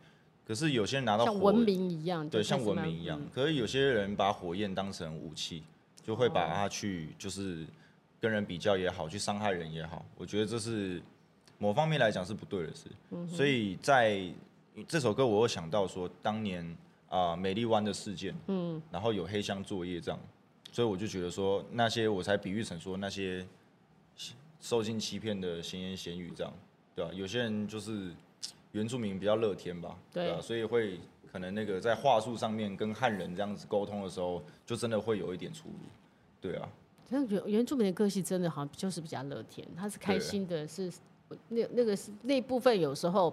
B: 可是有些人拿到
A: 像
B: 火
A: 文，明一样，
B: 对，
A: 就开
B: 像
A: 始
B: 文
A: 慢
B: 明一样
A: 嗯。
B: 可是有些人把火焰当成武器，就会
A: 哦
B: 把它去就是跟人比较也好，去伤害人也好，我觉得这是某方面来讲是不对的事。
A: 嗯
B: 所以在这首歌，我有想到说当年啊、美丽湾的事件，嗯，然后有黑箱作业这样，所以我就觉得说那些我才比喻成说那些受尽欺骗的闲言闲语这样，对啊吧、有些人就是原住民比较乐天吧，
A: 对
B: 吧、所以会。可能那个在话术上面跟汉人这样子沟通的时候，就真的会有一点出入，对啊。
A: 那原原住民的个性真的好像就是比较乐天，他是开
B: 对
A: 心的，是那那个是那部分有时候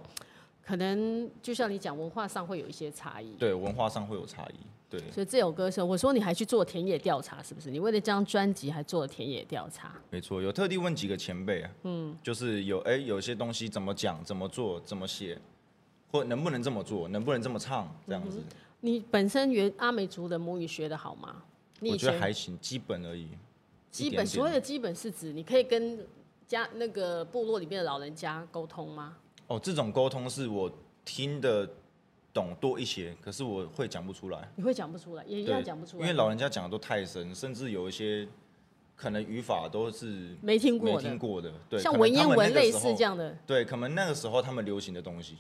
A: 可能就像你讲文化上会有一些差异。
B: 对，文化上会有差异。对，
A: 所以这首歌的时候，我说你还去做田野调查，是不是？你为了这张专辑还做了田野调查？
B: 没错，有特地问几个前辈啊，嗯，就是有哎、有些东西怎么讲、怎么做、怎么写，或能不能这么做、能不能这么唱这样
A: 嗯
B: 子，
A: 你本身原阿美族的母语学的好吗？你以
B: 我觉得
A: 前
B: 还行，基本而已。
A: 基
B: 一
A: 本
B: 点
A: 所
B: 点
A: 谓的基本是指你可以跟家那个部落里面的老人家沟通吗？
B: 哦，这种沟通是我听得懂多一些，可是我会讲不出来，
A: 你会讲不出来，也一样
B: 对，
A: 讲不出
B: 因
A: 来，
B: 为老人家讲的都太深，甚至有一些可能语法都是
A: 没听
B: 没
A: 过
B: 听
A: 的，
B: 过的，对，
A: 像
B: 可能
A: 文
B: 他
A: 言
B: 们
A: 文
B: 那个
A: 类
B: 时
A: 似
B: 候
A: 这样的，
B: 对，可能那个时候他们流行的东西，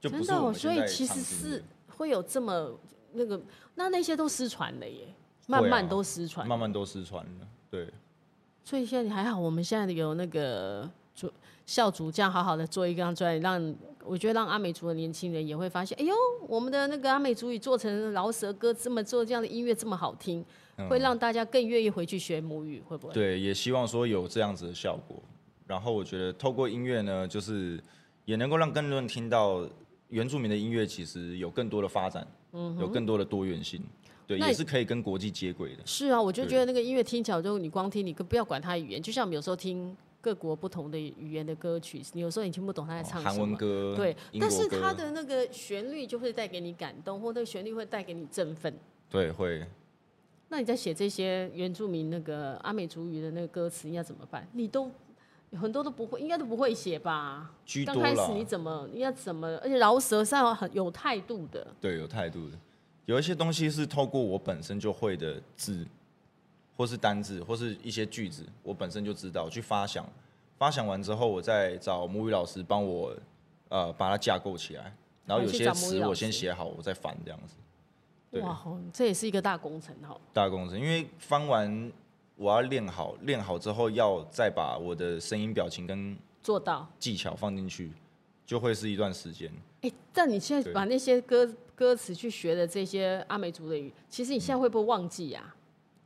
B: 就不
A: 真
B: 是
A: 的、
B: 我
A: 哦，
B: 们
A: 所
B: 现
A: 以
B: 在
A: 其
B: 常
A: 实
B: 听的
A: 是会有这么那个，那那些都失传了耶，慢慢都失传。
B: 啊慢慢都失传了。对，
A: 所以现在你还好，我们现在有那个主校主这样好好的做一张专辑，让我觉得让阿美族的年轻人也会发现，哎呦，我们的那个阿美族语做成饶舌歌，这么做这样的音乐这么好听，会让大家更愿意回去学母语，会不会？
B: 嗯对，也希望说有这样子的效果。然后我觉得透过音乐呢，就是也能够让更多人听到原住民的音乐，其实有更多的发展，有更多的多元性，对，
A: 嗯那
B: 也是可以跟国际接轨的。
A: 是啊，我就觉得那个音乐听起来，就你光听，你不要管它语言，就像我们有时候听各国不同的语言的歌曲，你有时候你听不懂他在唱什么。
B: 哦韩文歌，
A: 对，
B: 英
A: 但
B: 国
A: 是
B: 歌
A: 它的那个旋律就会带给你感动，或那个旋律会带给你振奋。
B: 对会
A: 那你在写这些原住民那个阿美族语的那个歌词，应该怎么办？你都很多都不会，应该都不会写吧？
B: 居
A: 刚
B: 多
A: 开始你
B: 了，
A: 怎么应该怎么？而且饶舌是要很有态度的，
B: 对，有态度的。有一些东西是透过我本身就会的字，或是单字，或是一些句子，我本身就知道去发想，发想完之后，我再找母语老师帮我呃把它架构起来，然后有些
A: 还是找母语
B: 词
A: 老师
B: 我先写好，我再翻这样子。对
A: 哇，这也是一个大工程哈。
B: 大工程，因为翻完我要练好，练好之后要再把我的声音、表情跟
A: 做到。
B: 技巧放进去，就会是一段时间。
A: 哎，但你现在
B: 对
A: 把那些歌歌词去学的这些阿美族的语，其实你现在会不会忘记呀、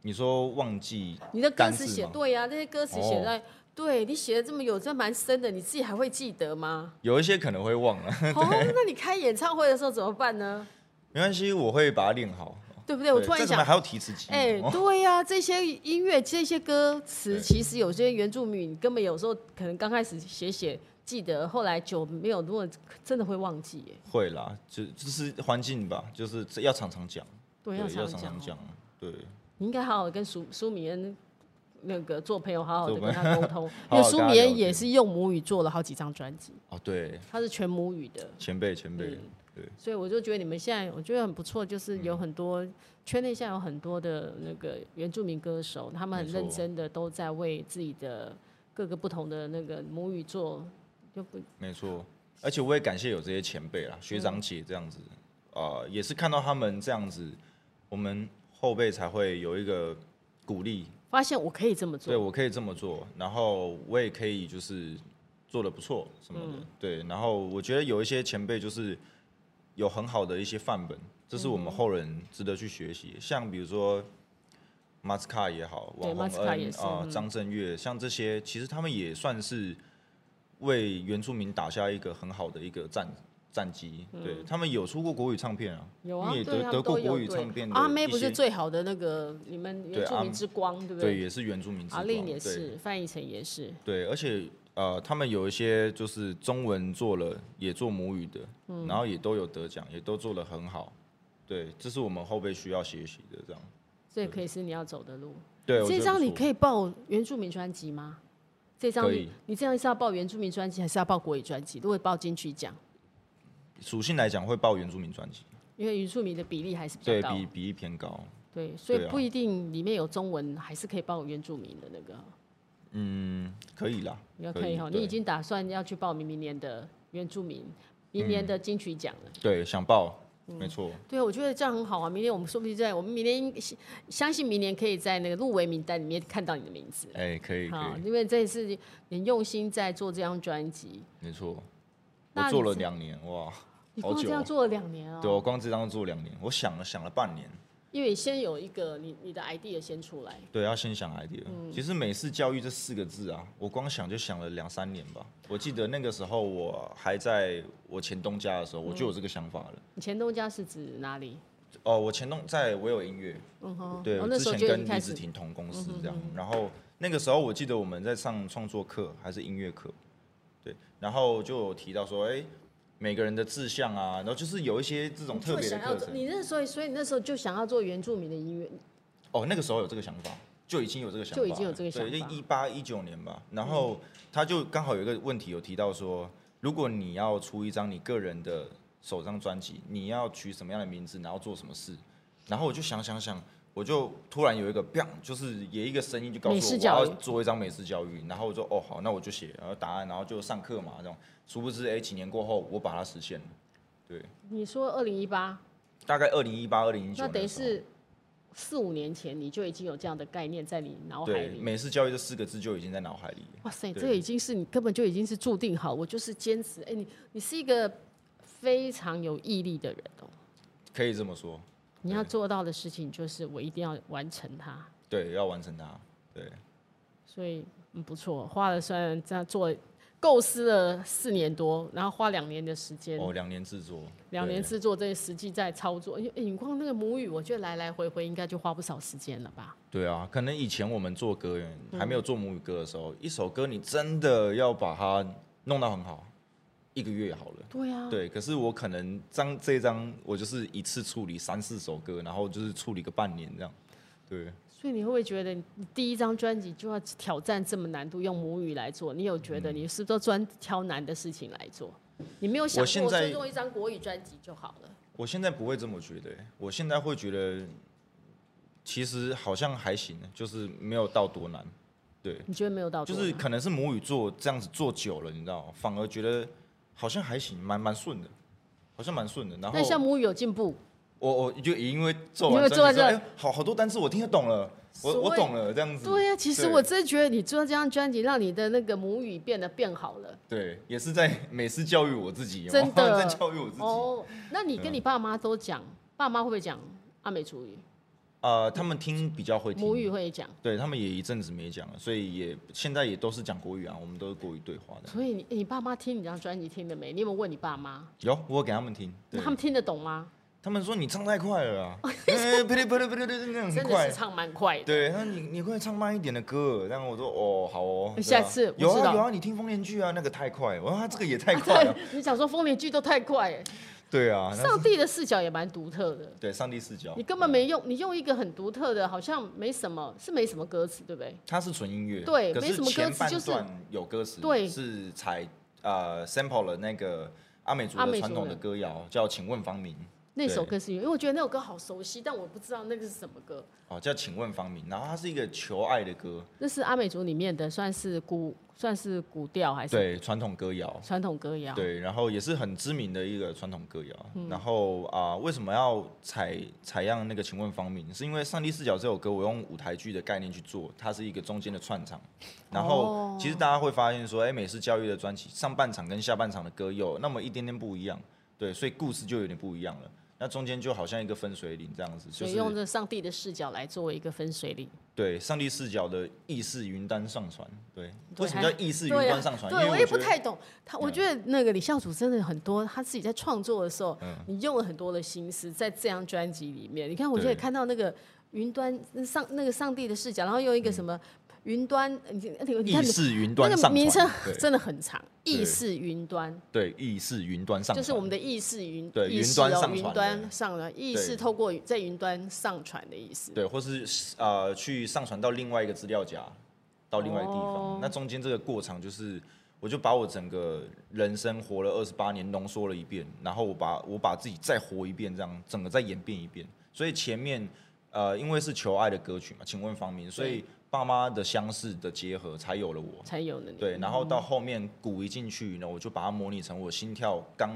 B: 你说忘记
A: 你的歌
B: 单
A: 词
B: 字
A: 写
B: 吗
A: 对呀、啊那些歌词写
B: 哦
A: 在，对你写的这么有，这蛮深的，你自己还会记得 吗？
B: 有一些可能会忘了，
A: 哦，那你开演唱会的时候怎么办呢？
B: 没关系，我会把它练好。
A: 对不对？我突然
B: 这怎
A: 想
B: 么，还要提词机？
A: 哎、
B: 哦
A: 对呀、这些音乐、这些歌词，
B: 对
A: 其实有些原住民根本有时候可能刚开始写写记得，后来久没有，如果真的会忘记耶。
B: 会啦，就就是环境吧，就是这要常常讲，
A: 对，
B: 要
A: 常
B: 常
A: 讲哦。
B: 常讲，对，
A: 你应该好好跟苏苏米恩那个做朋友，好好的
B: 做
A: 跟
B: 朋，
A: 他沟通
B: 好
A: 因为
B: 好
A: 苏
B: 跟他
A: 米
B: 聊
A: 恩也
B: 天
A: 是用母语做了好几张专辑，
B: 哦对，
A: 他是全母语的。
B: 前辈前辈，
A: 所以我就觉得你们现在我觉得很不错，就是
B: 嗯
A: 有很多、圈内现在有很多的那个原住民歌手，他们很
B: 没错
A: 认真的都在为自己的各个不同的那个母语做，就不
B: 没错。而且我也感谢有这些前辈啦，学
A: 嗯
B: 长姐这样子，啊，也是看到他们这样子，我们后辈才会有一个鼓励，
A: 发现我可以这么
B: 对
A: 做。
B: 我可以这么做，然后我也可以就是做的不错什么
A: 嗯
B: 的，对。然后我觉得有一些前辈就是有很好的一些范本，这是我
A: 嗯
B: 们后人值得去学习。像比如说马斯卡也好，
A: 对
B: 王
A: 马
B: 洪
A: 斯卡也
B: 恩
A: 是
B: 啊、
A: 嗯
B: 张震岳，像这些，其实他们也算是为原住民打下一个很好的一个战战绩。对他们有出过国语唱片啊，
A: 嗯有
B: 他
A: 啊，
B: 们也
A: 对
B: 得
A: 他
B: 得
A: 们
B: 过
A: 都有。
B: 国语唱
A: 对
B: 片，的
A: 阿妹
B: 一
A: 不是
B: 些
A: 最好的那个你们原
B: 对
A: 住
B: 阿
A: 民
B: 妹
A: 之光，对不
B: 对，
A: 对？
B: 也是原住民之
A: 阿
B: 光。
A: 令也
B: 对
A: 是，范逸臣也是。
B: 对，而且呃，他们有一些就是中文做了，也做母语的，
A: 嗯
B: 然后也都有得奖，也都做得很好。对，这是我们后辈需要学习的，这样。
A: 这也可以是你要走的路。
B: 对，我觉
A: 这
B: 得
A: 张你
B: 不错
A: 可以报原住民专辑吗？这张
B: 可
A: 你
B: 以
A: 你这样是要报原住民专辑，还是要报国语专辑？如果报金曲奖，
B: 属性来讲会报原住民专辑，
A: 因为原住民的比例还是比较
B: 对
A: 高，
B: 比比例偏高。
A: 对所以
B: 对啊
A: 不一定里面有中文，还是可以报原住民的那个，
B: 嗯，可以啦，
A: 应该可以哈。你
B: 对
A: 已经打算要去报名明年的原住民，明年的金曲奖了。
B: 对想报，
A: 嗯
B: 没错，
A: 对，我觉得这样很好啊。明年我们说不定在我们明年相信明年可以在那个入围名单里面看到你的名字。
B: 哎，可以
A: 好
B: 可，以，
A: 因为这一次你用心在做这张专辑，
B: 没错。
A: 那
B: 我
A: 你
B: 做了
A: 是
B: 两年，哇，
A: 你
B: 好
A: 光这
B: 久
A: 样
B: 哦。
A: 做了两年哦。
B: 对，我光这张做两年，我想了想了半年。
A: 因为先有一个你你的 idea 先出来，
B: 对，要先想 idea。其
A: 嗯
B: 实美式教育这四个字啊，我光想就想了两三年吧。我记得那个时候
A: 嗯
B: 我还在我前东家的时候，我就有这个想法了。
A: 你前东家是指哪里？
B: 哦，我前东在我有音乐，
A: 嗯哼，
B: 对，
A: 哦
B: 我
A: 那
B: 之
A: 时候
B: 前
A: 就已
B: 跟
A: 经开
B: 李子
A: 始，嗯
B: 婷同公司这样，然后那个时候我记得我们在上创作课还是音乐课，对，然后就有提到说，哎、每个人的志向啊，然后就是有一些这种特
A: 就
B: 别的
A: 想要
B: 课
A: 做，
B: 程。
A: 你那时候，所以那时候就想要做原住民的音乐，
B: 哦，那个时候有这个想法，就已经有这个想法了，
A: 就已经有这个想法
B: 对，就一八一九年吧。然后他就刚好有一个问题有提到说，如果你要出一张你个人的首张专辑，你要取什么样的名字，然后做什么事。然后我就想想想，我就突然有一个 biang，就是也一个声音就告
A: 美
B: 诉
A: 式
B: 我
A: 教
B: 我
A: 育
B: 要做一张美式教育。然后我就哦好，那我就写，然后答案，然后就上课嘛这种。殊不知哎，几年过后我把它实现了，对，
A: 你说二零一八，
B: 大概二零一八二零一九。
A: 那等于是四五年前你就已经有这样的概念在你脑海
B: 对
A: 里。
B: 美式教育这四个字就已经在脑海里了。
A: 哇塞，
B: 对
A: 这已经是你根本就已经是注定好，我就是坚持。哎，你你是一个非常有毅力的人哦，
B: 可以这么说，
A: 你要做到的事情就是我一定要完成它，
B: 对，要完成它，对，
A: 所以嗯不错，花了虽然这样做构思了四年多，然后花两年的时间。
B: 哦，两年制作，
A: 两年
B: 对
A: 制作，这实际在操作，因为哎你光那个母语，我觉得来来回回应该就花不少时间了吧？
B: 对啊，可能以前我们做歌员
A: 嗯
B: 还没有做母语歌的时候，一首歌你真的要把它弄到很好，一个月好了。
A: 对啊，
B: 对，可是我可能张这张我就是一次处理三四首歌，然后就是处理个半年这样。对，
A: 所以你会不会觉得你你第一张专辑就要挑战这么难度，用母语来做？你有觉
B: 嗯
A: 得你是不是都专挑难的事情来做？你没有想
B: 我现
A: 过
B: 在
A: 说用一张国语专辑就好了？
B: 我现在不会这么觉得、我现在会觉得其实好像还行，就是没有到多难。对，
A: 你觉得没有到
B: 就
A: 多
B: 是
A: 难？
B: 可能是母语做这样子做久了，你知道，反而觉得好像还行，蛮蛮顺的，好像蛮顺的。然后
A: 那像母语有进步，
B: 我我就也因为做
A: 因为
B: 完
A: 做完
B: 专辑之后，
A: 这
B: 哎，好好多单词我听得懂了，
A: 所
B: 我
A: 以
B: 我懂了这样子。
A: 对呀、啊其实
B: 嗯对
A: 我真的觉得你做这张专辑，让你的那个母语变得变好了，
B: 对，也是在 每次教育我自己，
A: 真
B: 我
A: 的。
B: 在教育我自己。
A: 哦，那你跟你爸妈都讲，爸妈会不会讲阿美族语？
B: 呃，他们听比较会听
A: 母语，会讲，
B: 对他们也一阵子没讲了，所以也现在也都是讲国语啊，我们都是国语对话的。
A: 所以你你爸妈听你这张专辑听了没？你有没有问你爸妈？
B: 有，我有给他们听，对
A: 那他们听得懂吗？
B: 他们说你唱太快了 啊，嗯呸哩呸哩呸哩呸哩那样很
A: 真
B: 快
A: 的是，唱蛮快的。
B: 对，那你你会唱慢一点的歌，然后我说哦，好哦，对啊
A: 下次我
B: 有
A: 知道啊
B: 啊有啊，你听风恋剧啊，那个太快，我说他这个也太 快啊了，
A: 你想说风铃剧都太快了，
B: 对啊，那
A: 上帝的视角也蛮独特的。
B: 对上帝视角，
A: 你根本没用，你用一个很独特的，好像没什么，是没什么歌词，对不对？
B: 它是纯音乐，
A: 对
B: 可
A: 没什
B: 是
A: 么歌
B: 前
A: 词
B: 半
A: 就是
B: 段有歌词，
A: 对
B: 是采呃 sample 了那个阿美族
A: 阿美
B: 的
A: 族
B: 传统的
A: 的
B: 歌谣，叫《请问方明》。
A: 那首
B: 对
A: 歌是因为我觉得那首歌好熟悉，但我不知道那个是什么歌。
B: 哦，叫请问方明，然后它是一个求爱的歌，
A: 那是阿美族里面的，算是古算是古调还是
B: 对，传统歌谣，
A: 传统歌谣？
B: 对，然后也是很知名的一个传统歌谣。
A: 嗯
B: 然后啊、为什么要采采样那个《请问方明》？是因为《上帝视角》这首歌，我用舞台剧的概念去做，它是一个中间的串场。然
A: 哦
B: 后其实大家会发现说，哎、美式教育的专辑上半场跟下半场的歌有那么一点点不一样，对，所以故事就有点不一样了。那中间就好像一个分水岭这样子，就
A: 所
B: 是
A: 以用这上帝的视角来作为一个分水岭。
B: 对上帝视角的意识云端上传。对，
A: 对
B: 为什么
A: 还
B: 叫意识云
A: 对
B: 端
A: 啊，
B: 上传？因
A: 对
B: 为
A: 我也
B: 觉
A: 不
B: 得嗯
A: 太懂。他我觉得那个李孝祖真的很多，他自己在创作的时候，
B: 嗯
A: 你用了很多的心思在这张专辑里面。你看，我觉得
B: 对
A: 看到那个云端那上那个上帝的视角，然后用一个什么云端，你你你看
B: 嗯意识云端
A: 那
B: 上
A: 个
B: 传。
A: 名称
B: 对
A: 真的很长，
B: 对
A: 意识云端。
B: 对，意识云端上传
A: 就是我们的意识云，
B: 对
A: 意识
B: 云端
A: 哦
B: 上传
A: 云
B: 的
A: 端上了，意识
B: 对
A: 透过在云端上传的意思。
B: 对，或是呃去上传到另外一个资料夹，到另外一个地方。
A: 哦
B: 那中间这个过程就是，我就把我整个人生活了二十八年浓缩了一遍，然后我把我把自己再活一遍，这样整个再演变一遍。所以前面呃因为是求爱的歌曲嘛，请问方明，所以爸妈的相似的结合才有了我。
A: 才有的你。
B: 对，然后到后面鼓一进去呢，我就把它模拟成我心跳刚，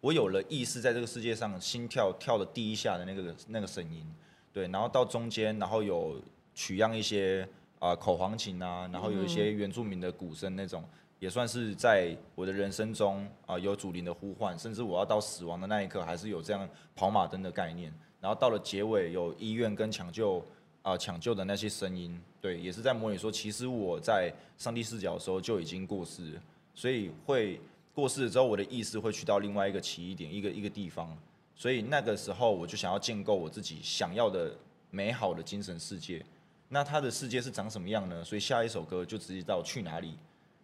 B: 我有了意识在这个世界上心跳跳的第一下的那个那个声音，对，然后到中间，然后有取样一些啊、呃口簧琴啊，然后有一些原住民的鼓声那种，也算是在我的人生中啊、呃有祖灵的呼唤，甚至我要到死亡的那一刻，还是有这样跑马灯的概念。然后到了结尾，有医院跟抢救啊、抢救的那些声音，对，也是在模拟说，其实我在上帝视角的时候就已经过世了，所以会过世了之后，我的意识会去到另外一个奇异点，一个一个地方，所以那个时候我就想要建构我自己想要的美好的精神世界。那他的世界是长什么样呢？所以下一首歌就直接到去哪里，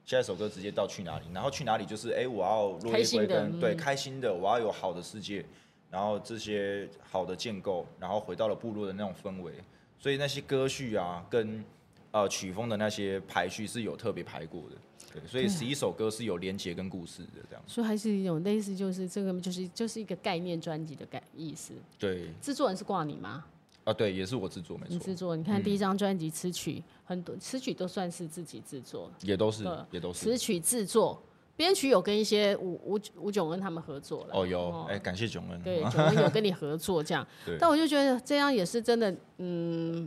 B: 下一首歌直接到去哪里，然后去哪里就是哎、我要落
A: 开
B: 叶
A: 心
B: 归
A: 的
B: 根，对，
A: 嗯
B: 开心的，我要有好的世界，然后这些好的建构，然后回到了部落的那种氛围。所以那些歌序啊，跟呃曲风的那些排序是有特别排过的。对，所以
A: 啊
B: 十一首歌是有连接跟故事的这样。
A: 所以还是一种类似，就是这个就是就是一个概念专辑的概意思。
B: 对，
A: 制作人是挂你吗？
B: 啊，对，也是我制作，没
A: 你
B: 错嗯
A: 制，作，你看第一张专辑词曲很多，词曲都算是自己制作，
B: 也都是
A: 对，
B: 也都是
A: 词。曲制作，编曲有跟一些吴吴吴炯恩他们合作了。
B: 哦，有，哎，感谢囧恩。
A: 对，九 恩有跟你合作这样
B: 对，
A: 但我就觉得这样也是真的，嗯，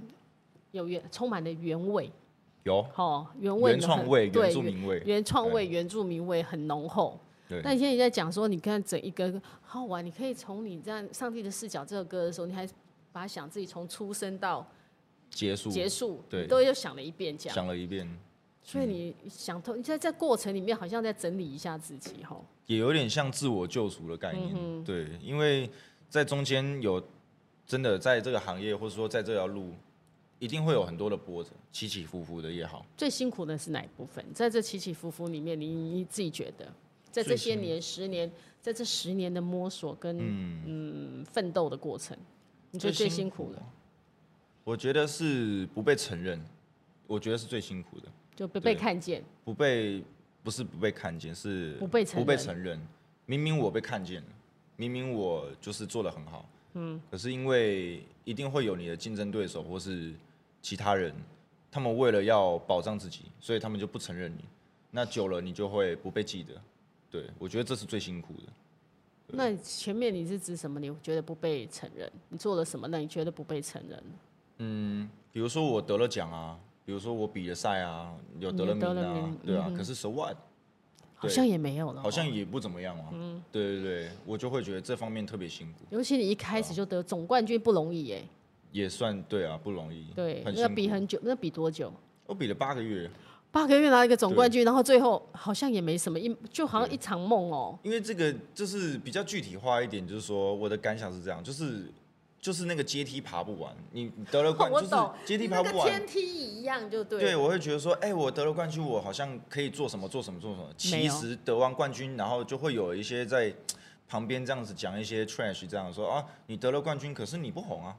A: 有原充满了原味，
B: 有
A: 哦，原味
B: 原创味、
A: 很对
B: 原住民味，哎
A: 原创味、原住民味很浓厚。
B: 对
A: 那你现在也在讲说，你看整一个好玩，你可以从你这样《上帝的视角》这首歌的时候，你还把它想自己从出生到
B: 结束，
A: 结束，
B: 对
A: 你都又想了一遍这样。
B: 想了嗯一遍，
A: 所以你想通，你在这过程里面好像在整理一下自己哈。
B: 也有点像自我救赎的概念。
A: 嗯
B: 对，因为在中间有真的在这个行业，或者说在这条路，一定会有很多的波折，起起伏伏的也好。
A: 最辛苦的是哪一部分？在这起起伏伏里面，你你自己觉得，在这些年、十年，在这十年的摸索跟嗯奋斗的过程，你觉得最辛苦的
B: 的，我觉得是不被承认，我觉得是最辛苦的。
A: 就被被
B: 对
A: 看见，
B: 不被不是不被看见，是
A: 不被承认
B: 不被承认。明明我被看见了，明明我就是做的很好，嗯，可是因为一定会有你的竞争对手或是其他人，他们为了要保障自己，所以他们就不承认你。那久了，你就会不被记得。对我觉得这是最辛苦的。
A: 那前面你是指什么？你觉得不被承认？你做了什么？那你觉得不被承认？
B: 比如说我得了奖啊，比如说我比了赛啊，有得了
A: 你
B: 名
A: 得了
B: 啊，
A: 名嗯
B: 对啊。可是 so what？
A: 好像也没有了哦。
B: 好像也不怎么样啊。
A: 嗯
B: 对对对，我就会觉得这方面特别辛苦。
A: 尤其你一开
B: 啊
A: 始就得总冠军不容易耶。
B: 也算对啊，不容易。
A: 对，
B: 很
A: 那
B: 辛
A: 比
B: 苦。
A: 很久，那比多久？
B: 我比了八个月，
A: 八个月拿一个总冠军，然后最后好像也没什么，一就好像一场梦哦。
B: 因为这个就是比较具体化一点，就是说我的感想是这样，就是就是那个阶梯爬不完，你你得了 冠，
A: 我
B: 就是
A: 懂，
B: 阶梯
A: 你
B: 爬
A: 那个
B: 不完。
A: 天梯一样就对。
B: 对，我会觉得说，哎、我得了冠军，我好像可以做什么，做什么，做什么。
A: 没
B: 其
A: 有
B: 实得完冠军，然后就会有一些在旁边这样子讲一些 trash，这样说啊，你得了冠军，可是你不红啊，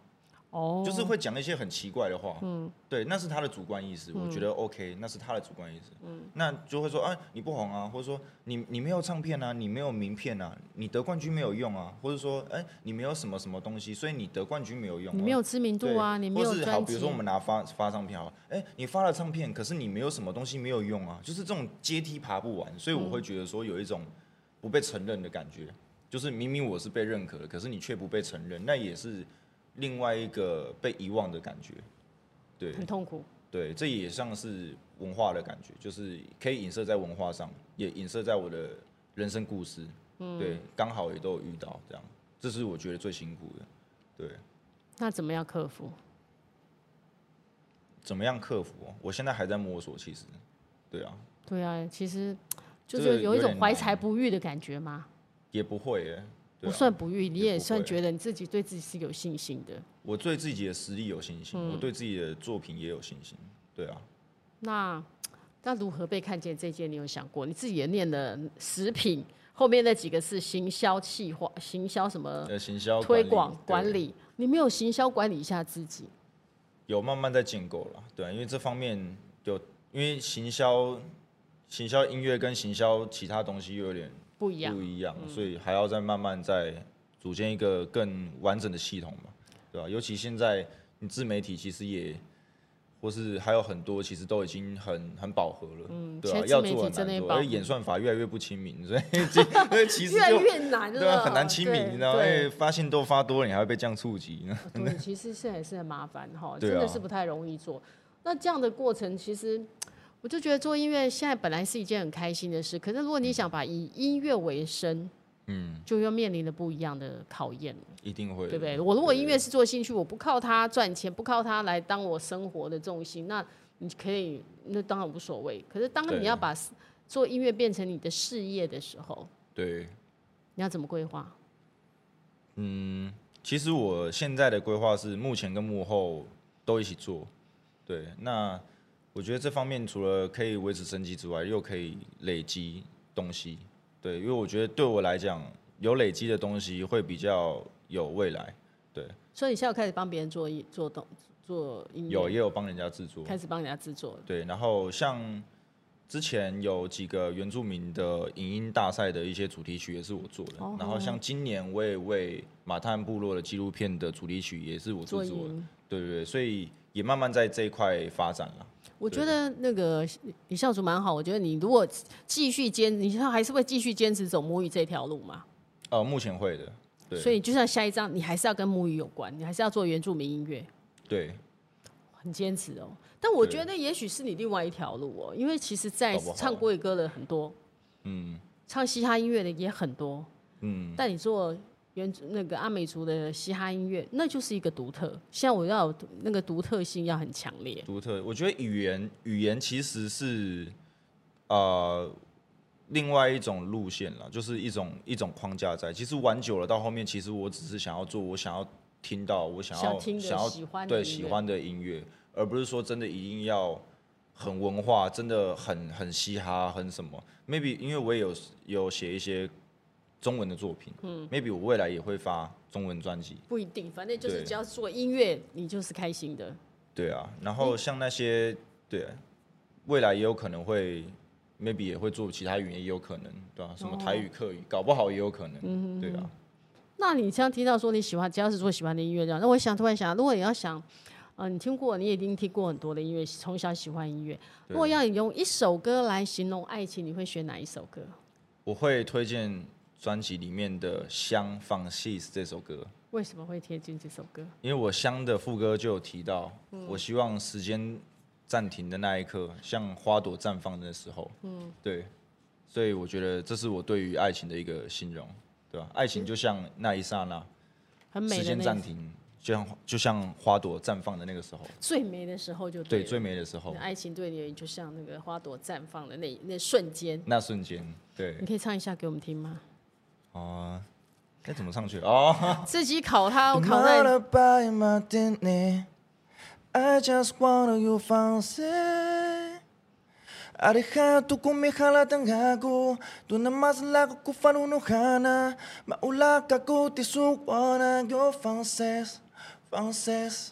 A: 哦，
B: 就是会讲一些很奇怪的话，嗯，对，那是他的主观意识，我觉得 OK，那是他的主观意识，嗯，那就会说啊，你不红啊，或者说你你没有唱片啊，你没有名片啊，你得冠军没有用啊，或者说哎、你没有什么什么东西，所以你得冠军没有用、啊，
A: 你没有知名度啊，
B: 对
A: 你没有
B: 或是好，
A: 专
B: 比
A: 辑
B: 如说，我们拿发发唱片好了，哎、你发了唱片，可是你没有什么东西没有用啊，就是这种阶梯爬不完，所以我会
A: 嗯
B: 觉得说有一种不被承认的感觉，就是明明我是被认可的，可是你却不被承认，那也是另外一个被遗忘的感觉。对
A: 很痛苦。
B: 对，这也像是文化的感觉，就是可以影射在文化上，也影射在我的人生故事。
A: 嗯
B: 对，刚好也都有遇到这样，这是我觉得最辛苦的。对。
A: 那怎么样克服？
B: 怎么样克服哦？我现在还在摸索，其实，对啊，
A: 对啊，其实就
B: 这
A: 是
B: 个
A: 有一
B: 有
A: 种
B: 点
A: 怀
B: 难
A: 才不遇的感觉嘛。
B: 也不会耶。对
A: 不
B: 啊，
A: 算不遇，你
B: 也
A: 也
B: 不
A: 算
B: 会
A: 觉得你自己对自己是有信心的。
B: 我对自己的实力有信
A: 嗯
B: 心，我对自己的作品也有信心，对啊，
A: 那那如何被看见这件，你有想过？你自己也念了食品，后面那几个是行销企划、行销什么
B: 呃，行销
A: 嗯推
B: 理
A: 广
B: 对
A: 管理，你没有行销管理一下自己，
B: 有慢慢在建构了，对啊，因为这方面有，因为行销、行销音乐跟行销其他东西又有点
A: 不一样嗯
B: 不。一样，所以还要再慢慢再组建一个更完整的系统嘛，对吧、尤其现在你自媒体其实也，或是还有很多其实都已经很很饱和了，嗯对吧、
A: 现在
B: 要
A: 自媒体
B: 做很
A: 真的
B: 难
A: 也
B: 做，
A: 饱
B: 而
A: 和
B: 且演算法越来越不亲 民，所以其所以其实
A: 越来
B: 就
A: 越难了，
B: 对啊很难亲民，你知道吗？
A: 对
B: 哎，发现都发多了，你还会被这样触及呢。
A: 对，对其实现在也是很麻烦哈，
B: 对啊
A: 真的是不太容易做。那这样的过程，其实我就觉得做音乐现在本来是一件很开心的事，可是如果你想把以音乐为生，嗯，就又面临了不一样的考验了。
B: 一定会的，
A: 对不对？我如果音乐是做兴趣，我不靠它赚钱，不靠它来当我生活的重心，那你可以，那当然无所谓。可是当
B: 对
A: 你要把做音乐变成你的事业的时候，
B: 对，
A: 你要怎么规划？
B: 其实我现在的规划是幕前跟幕后都一起做，对。那我觉得这方面除了可以维持生机之外，又可以累积东西，对。因为我觉得对我来讲，有累积的东西会比较有未来，对。
A: 所以你现在有开始帮别人做一做动做音乐，
B: 有也有帮人家制作，
A: 嗯开始帮人家制作了。
B: 对。然后像之前有几个原住民的影音大赛的一些主题曲也是我做的，
A: 哦
B: 然后像今年我也为马探部落的纪录片的主题曲也是我制
A: 做
B: 作的。
A: 音，
B: 对对对，所以也慢慢在这一块发展了。
A: 我觉得那个李孝祖蛮好。我觉得你如果继续坚，你还是会继续坚持走母语这条路嘛。
B: 呃，目前会的，对
A: 所以就像下一章，你还是要跟母语有关，你还是要做原住民音乐，
B: 对，
A: 很坚持哦。但我
B: 对
A: 觉得也许是你另外一条路哦，因为其实，在
B: 搞不好
A: 唱国语歌的很多，
B: 嗯
A: 唱嘻哈音乐的也很多，
B: 嗯，
A: 但你做原那个阿美族的嘻哈音乐，那就是一个独特。现在我要有那个独特性要很强烈，
B: 独特。我觉得语言语言其实是呃另外一种路线了，就是一种一种框架在。其实玩久了，到后面其实我只是想要做我想要听到我想要
A: 想听的
B: 想要
A: 喜欢的
B: 对
A: 音乐
B: 喜欢的音乐，而不是说真的一定要。很文化，真的很很嘻哈，很什么？Maybe 因为我也有有写一些中文的作品，嗯，Maybe 我未来也会发中文专辑，
A: 不一定，反正就是
B: 对
A: 只要做音乐，你就是开心的。
B: 对啊，然后像那些对，未来也有可能会，maybe 也会做其他语言，也有可能，对吧、啊什么台语、客语，搞不好也有可能，对啊。
A: 那你这样听到说你喜欢，只要是做喜欢的音乐这样，那我想突然想，如果你要想，呃，你听过，你也一定听过很多的音乐，从小喜欢音乐。如果要你用一首歌来形容爱情，你会选哪一首歌？
B: 我会推荐专辑里面的《香放弃》这首歌，
A: 为什么会贴近这首歌？
B: 因为我《香》的副歌就有提到，我希望时间暂停的那一刻，像花朵绽放的时候，嗯，对，所以我觉得这是我对于爱情的一个形容，对吧、爱情就像那一刹那，
A: 很美
B: 时
A: 的
B: 间
A: 那
B: 暂
A: 一
B: 停，就像就像花朵绽放的那个时候，
A: 最美的时候就
B: 对，
A: 了
B: 最美的时候
A: 你的，爱情对你就像那个花朵绽放的那那瞬间。
B: 那瞬间，对
A: 你可以唱一下给我们听吗？
B: 啊，该、怎么上去哦？
A: 自己考他，我考在
C: I just wanna you fancy Alejado con mi jala tan hago Tú nada más la hago con uno jana Maula cago te suwana yo francés Francés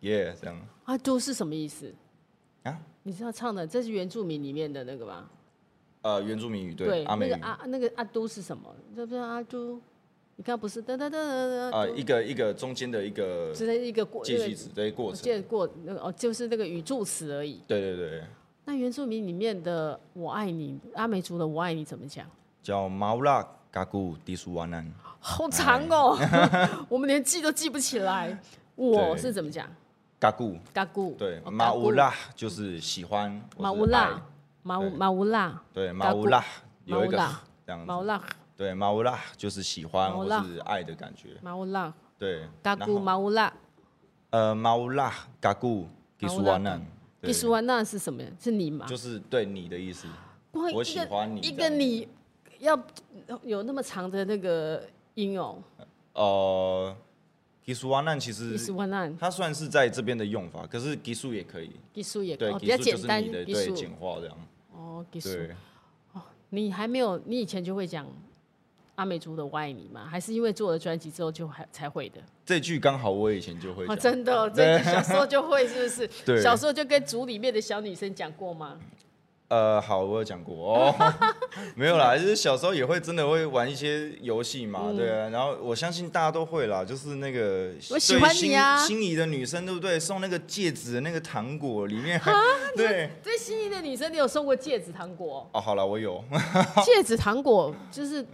B: 耶、这样
A: 啊，都是什么意思？
B: 啊，
A: 你知道唱的这是原住民里面的那个吧？
B: 呃，原住民语对阿
A: 那
B: 美语
A: 个阿那个阿都是什么？这不是阿都？你刚刚不是哒哒哒哒哒
B: 呃，一个一个中间的一个
A: 只是一个过
B: 介系词的一个过
A: 我
B: 程，
A: 见过那个哦，就是那个语助词而已。
B: 对对对，
A: 那原住民里面的“我爱你”，阿美族的“我爱你”怎么讲？
B: 叫毛拉嘎古迪苏瓦南，
A: 好长
B: 哎
A: 哦， 我们连记都记不起来。我是怎么讲？
B: 嘎古
A: 嘎咕。
B: 对，
A: 哦
B: 马
A: 嘎
B: 乌
A: 咕
B: 拉就是喜欢，或
A: 马
B: 是
A: 乌
B: 爱
A: 拉，马乌
B: 对嗯
A: 马乌拉，
B: 对，
A: 嘎
B: 马乌
A: 咕
B: 拉有一个
A: 马乌拉
B: 这样
A: 马乌
B: 子，
A: 拉，
B: 对，马乌拉就是喜欢
A: 马乌
B: 或
A: 拉
B: 是爱的感觉，
A: 马乌拉，
B: 对，
A: 嘎
B: 然
A: 咕
B: 后
A: 马乌拉。
B: 呃，毛拉嘎固吉苏瓦
A: 马乌拉
B: 南，
A: 伊
B: 对
A: 苏安娜是什么？是你吗？
B: 就是对你的意思，
A: 哇一个
B: 我喜欢你
A: 一
B: 这
A: 个
B: 样
A: 你要有那么长的那个音哦。
B: 呃，吉苏瓦南其
A: 伊
B: 实
A: 苏安娜，
B: 它算是在这边的用法，可是吉苏也可以，
A: 伊苏也
B: 对
A: 哦，比
B: 吉
A: 较
B: 苏就
A: 简
B: 是
A: 单。
B: 你的
A: 伊
B: 对
A: 苏
B: 简化这样，
A: 哦，伊苏，
B: 对，
A: 你还没有，你以前就会讲阿美族的我爱你吗？还是因为做了专辑之后就还才会的？
B: 这句刚好我以前就会
A: 哦，
B: 讲，
A: 真的 哦，这小时候就会是不是？
B: 对
A: 小时候就跟组里面的小女生讲过吗？
B: 呃，好，我有讲过哦， 没有啦，就是小时候也会真的会玩一些游戏嘛，对啊，然后我相信大家都会啦，就是那个
A: 嗯我喜
B: 对
A: 欢你
B: 心
A: 啊
B: 心仪的女生对不对？送那个戒指，那个糖果里面， 对。
A: 对心仪的女生，你有送过戒指糖果哦？
B: 哦，好了，我有，
A: 戒指糖果就是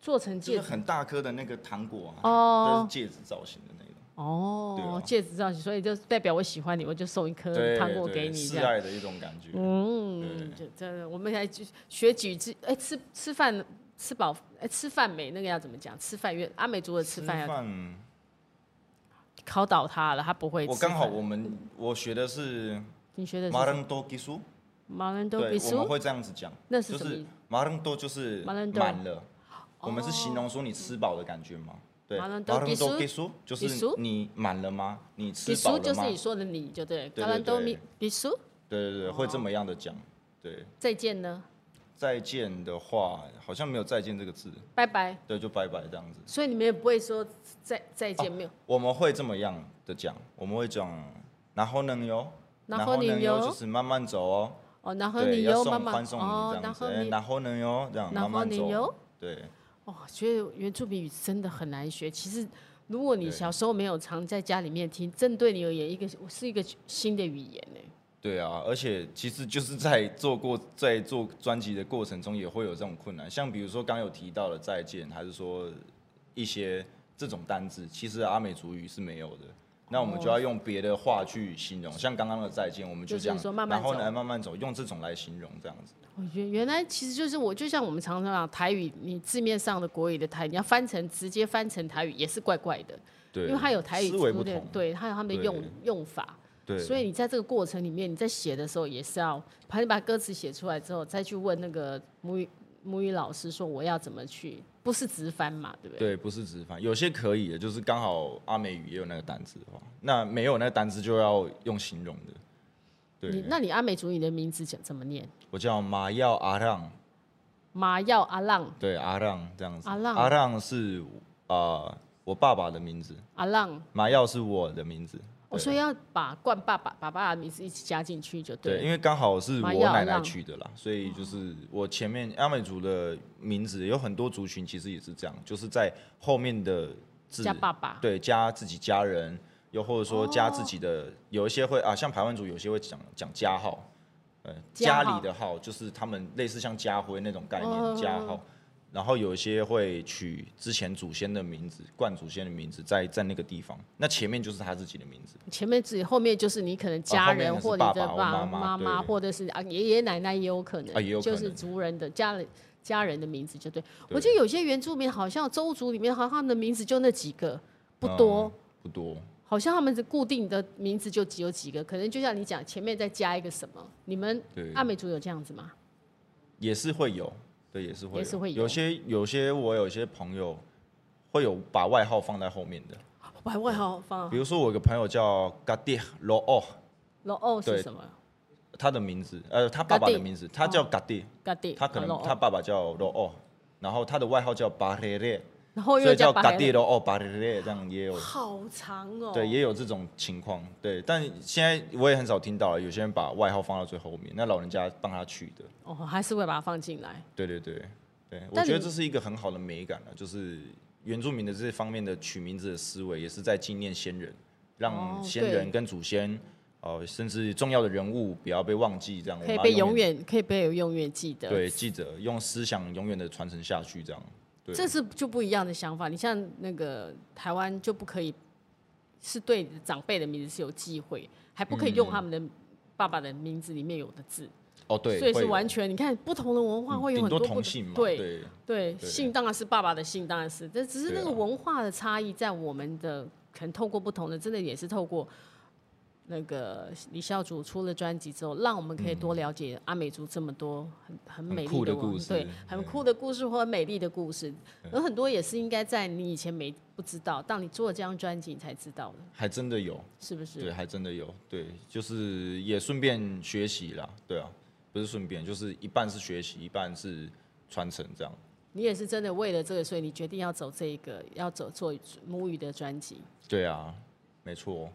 A: 做成
B: 就是
A: 戒指
B: 很大颗的那个糖果啊，但
A: 哦
B: 是戒指造型的那种，对
A: 哦
B: 啊，
A: 戒指造型，所以就代表我喜欢你，我就送一颗
B: 对，
A: 嗯糖果
B: 对啊
A: 给你这
B: 示
A: 样。
B: 爱的一种感觉。
A: 嗯，就真的，我们来学几句，哎，吃吃饭吃饱，哎，吃饭没？那个要怎么讲？吃饭约阿美族的吃
B: 吃
A: 饭要
B: 饭，
A: 考倒他了，他不会吃
B: 我
A: 饭。
B: 刚好我们我学的是
A: 你学的是
B: m a r a n d o g i s u
A: 马兰多比
B: 对，我
A: 苏，
B: 们会这样子讲，
A: 那是
B: 就
A: 什么意
B: 是
A: 思
B: m a r a n d o 就是
A: Marando
B: 满了，我们是形容说你吃饱的感觉嘛，对，
A: 马龙多
B: 马
A: 吉
B: 龙
A: 苏
B: 多吉苏就
A: 吉
B: 是
A: 苏
B: 你满了吗？你吃
A: 比
B: 饱
A: 苏
B: 了
A: 就是
B: 吗？
A: 你说的你就对，
B: 对
A: 高兰多
B: 对
A: 米比苏
B: 对对对，会这么样的讲。对，
A: 再见呢，
B: 再见的话好像没有再见这个字，
A: 拜拜。
B: 对，就拜拜这样子。
A: 所以你们也不会说再再见没有，
B: 我们会这么样的讲，我们会讲，然后呢哟，
A: 然后呢哟
B: 呢哟就是慢慢走哦，
A: 哦，然后
B: 对，
A: 你
B: 要
A: 又
B: 送
A: 慢慢
B: 欢送你
A: 哦
B: 这，样
A: 然
B: 子，
A: 后
B: 哎
A: 你
B: 然后呢哟，这样
A: 然后
B: 慢慢
A: 呢哟
B: 走，对，
A: 哦，觉得原住民语真的很难学。其实，如果你
B: 对
A: 小时候没有常在家里面听，正对你而言，一个是一个新的语言呢。
B: 对啊，而且其实就是在做过 在做专辑的过程中也会有这种困难，像比如说刚有提到的再见，还是说一些这种单字，其实阿美族语是没有的。那我们就要用别的话去形容，像刚刚的再见，我们
A: 哦就是
B: 这样，
A: 说慢慢
B: 然后
A: 走
B: 呢慢慢走，用这种来形容这样子。
A: 我哦原原来其实就是我，就像我们常常讲台语，你字面上的国语的台，你要翻成直接翻成台语也是怪怪的，
B: 对，
A: 因为它有台语
B: 思维不
A: 出的
B: 同，，
A: 对，它有他们的
B: 对
A: 用用法。
B: 对，
A: 所以你在这个过程里面，你在写的时候也是要，把你把歌词写出来之后，再去问那个母语母语老师说我要怎么去，不是直翻嘛，对不对？
B: 对，不是直翻，有些可以的，就是刚好阿美语也有那个单字的话，那没有那个单字就要用形容的。
A: 你
B: 对，
A: 那你阿美族语的名字怎怎么念？
B: 我叫马耀阿让，
A: 马耀阿浪
B: 对阿让这样子。
A: 阿让
B: 阿让是呃我爸爸的名字，
A: 阿浪，
B: 马耀是我的名字。
A: 我说要把冠爸爸把爸爸的名字一起加进去就
B: 对，
A: 对
B: 因
A: 了。
B: 为刚好是
A: 马
B: 我
A: 耀阿
B: 奶奶
A: 让
B: 取的啦，所以就是我前面阿美族的名字有很多族群其实也是这样，就是在后面的字
A: 加爸爸，
B: 对，加自己家人，又或者说加
A: 哦
B: 自己的，有一些会啊，像排湾族有些会讲讲家号，呃，
A: 家
B: 家
A: 号
B: 里的号就是他们类似像家徽那种概
A: 哦
B: 念，家号。然后有一些会取之前祖先的名字，冠祖先的名字，在在那个地方，那前面就是他自己的名字。
A: 前面自己，后面就是你可能家人
B: 啊
A: 或
B: 后
A: 你
B: 面可能是
A: 的
B: 爸爸
A: 爸
B: 或妈
A: 妈
B: 妈
A: 妈，
B: 对
A: 或者是啊爷爷奶奶也有可
B: 啊也
A: 能，
B: 有可
A: 就
B: 能
A: 是族人的家人家人的名字就对。我记得有些原住民好像周族里面好像他们的名字就那几个，不多
B: 嗯。不多，
A: 好像他们的固定的名字就只有几个，可能就像你讲，前面再加一个什么？你们
B: 对
A: 阿美族有这样子吗？
B: 也是会有，对，也是会
A: 也是会有
B: 有。有些有些我有些朋友会有把外号放在后面的，
A: 我还问好放
B: 比如说我有个朋友叫 Gadir Lo Oh o
A: 老哦是
B: 对
A: 什么？
B: 他的名字，呃，他爸爸
A: Gadi
B: 的名字，他叫 Gadi，、
A: 嘎地，
B: 他可
A: 啊
B: 能
A: 老
B: 他
A: 哦
B: 爸爸叫 r o 然后他的外号叫 b a r e r e
A: 然后
B: 所
A: 哦又
B: 以叫
A: 巴
B: Gadi r o b a r e r e 这样也有，
A: 好长哦。
B: 对，也有这种情况，对，但现在我也很少听到啊了，有些人把外号放到最后面，那老人家帮他取的，
A: 哦，还是会把它放进来。
B: 对对对对，我
A: 但
B: 觉得
A: 你
B: 这是一个很好的美感了，就是原住民的这方面的取名字的思维，也是在纪念先人，
A: 哦
B: 让先
A: 对
B: 人跟祖先。哦，甚至重要的人物不要被忘记，这样
A: 可以
B: 我们要
A: 被永远可以被永远记得。
B: 对，记者用思想永远的传承下去，这样。对，
A: 这是就不一样的想法。你像那个台湾就不可以，是对长辈的名字是有忌讳，还不可以
B: 嗯
A: 用他们的爸爸的名字里面有的字，
B: 哦，对，
A: 所以
B: 会
A: 是
B: 有嗯
A: 完全你看不同的文化会有
B: 顶
A: 很
B: 多
A: 不同
B: 同姓嘛，
A: 对
B: 对
A: 对，
B: 对
A: 姓当然是爸爸的姓，当然是，但只是
B: 对
A: 那
B: 啊
A: 个文化的差异，在我们的可能透过不同的，真的也是透过那个李孝祖出了专辑之后，让我们可以多了解阿美族这么多很很美丽
B: 酷的
A: 文
B: 故事嗯
A: 对
B: 对，
A: 很酷的故事或很美丽的故事，有很多也是应该在你以前没不知道，当你做这张专辑你才知道的，
B: 还真的有，
A: 是不
B: 对，
A: 是？
B: 还真的有，对，就是也顺便学习啦，对啊，不是顺便，就是一半是学习，一半是传承，这样。
A: 你也是真的为了这个，所以你决定要走这一个，要走做母语的专辑。
B: 对啊，没错。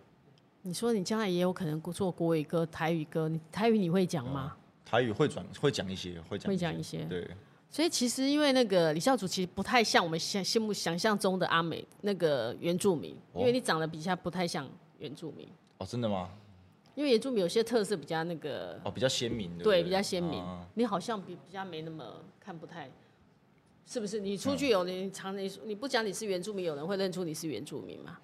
A: 你说你将来也有可能做国语歌、台语歌，你台语你会讲吗？
B: 台语会转，会讲一些，哦会讲，
A: 会讲一些
B: 对，
A: 所以其实因为那个李孝祖其实不太像我们想心目想象中的阿美那个原住民，
B: 哦
A: 因为你长得比较不太像原住民，
B: 哦，真的吗？
A: 因为原住民有些特色比较那个，
B: 哦，比较鲜明，不
A: 对，
B: 对，
A: 比较鲜明
B: 啊。
A: 你好像比比较没那么看不太，是不是？你
B: 嗯
A: 出去有人常你你不讲你是原住民，有人会认出你是原住民嘛？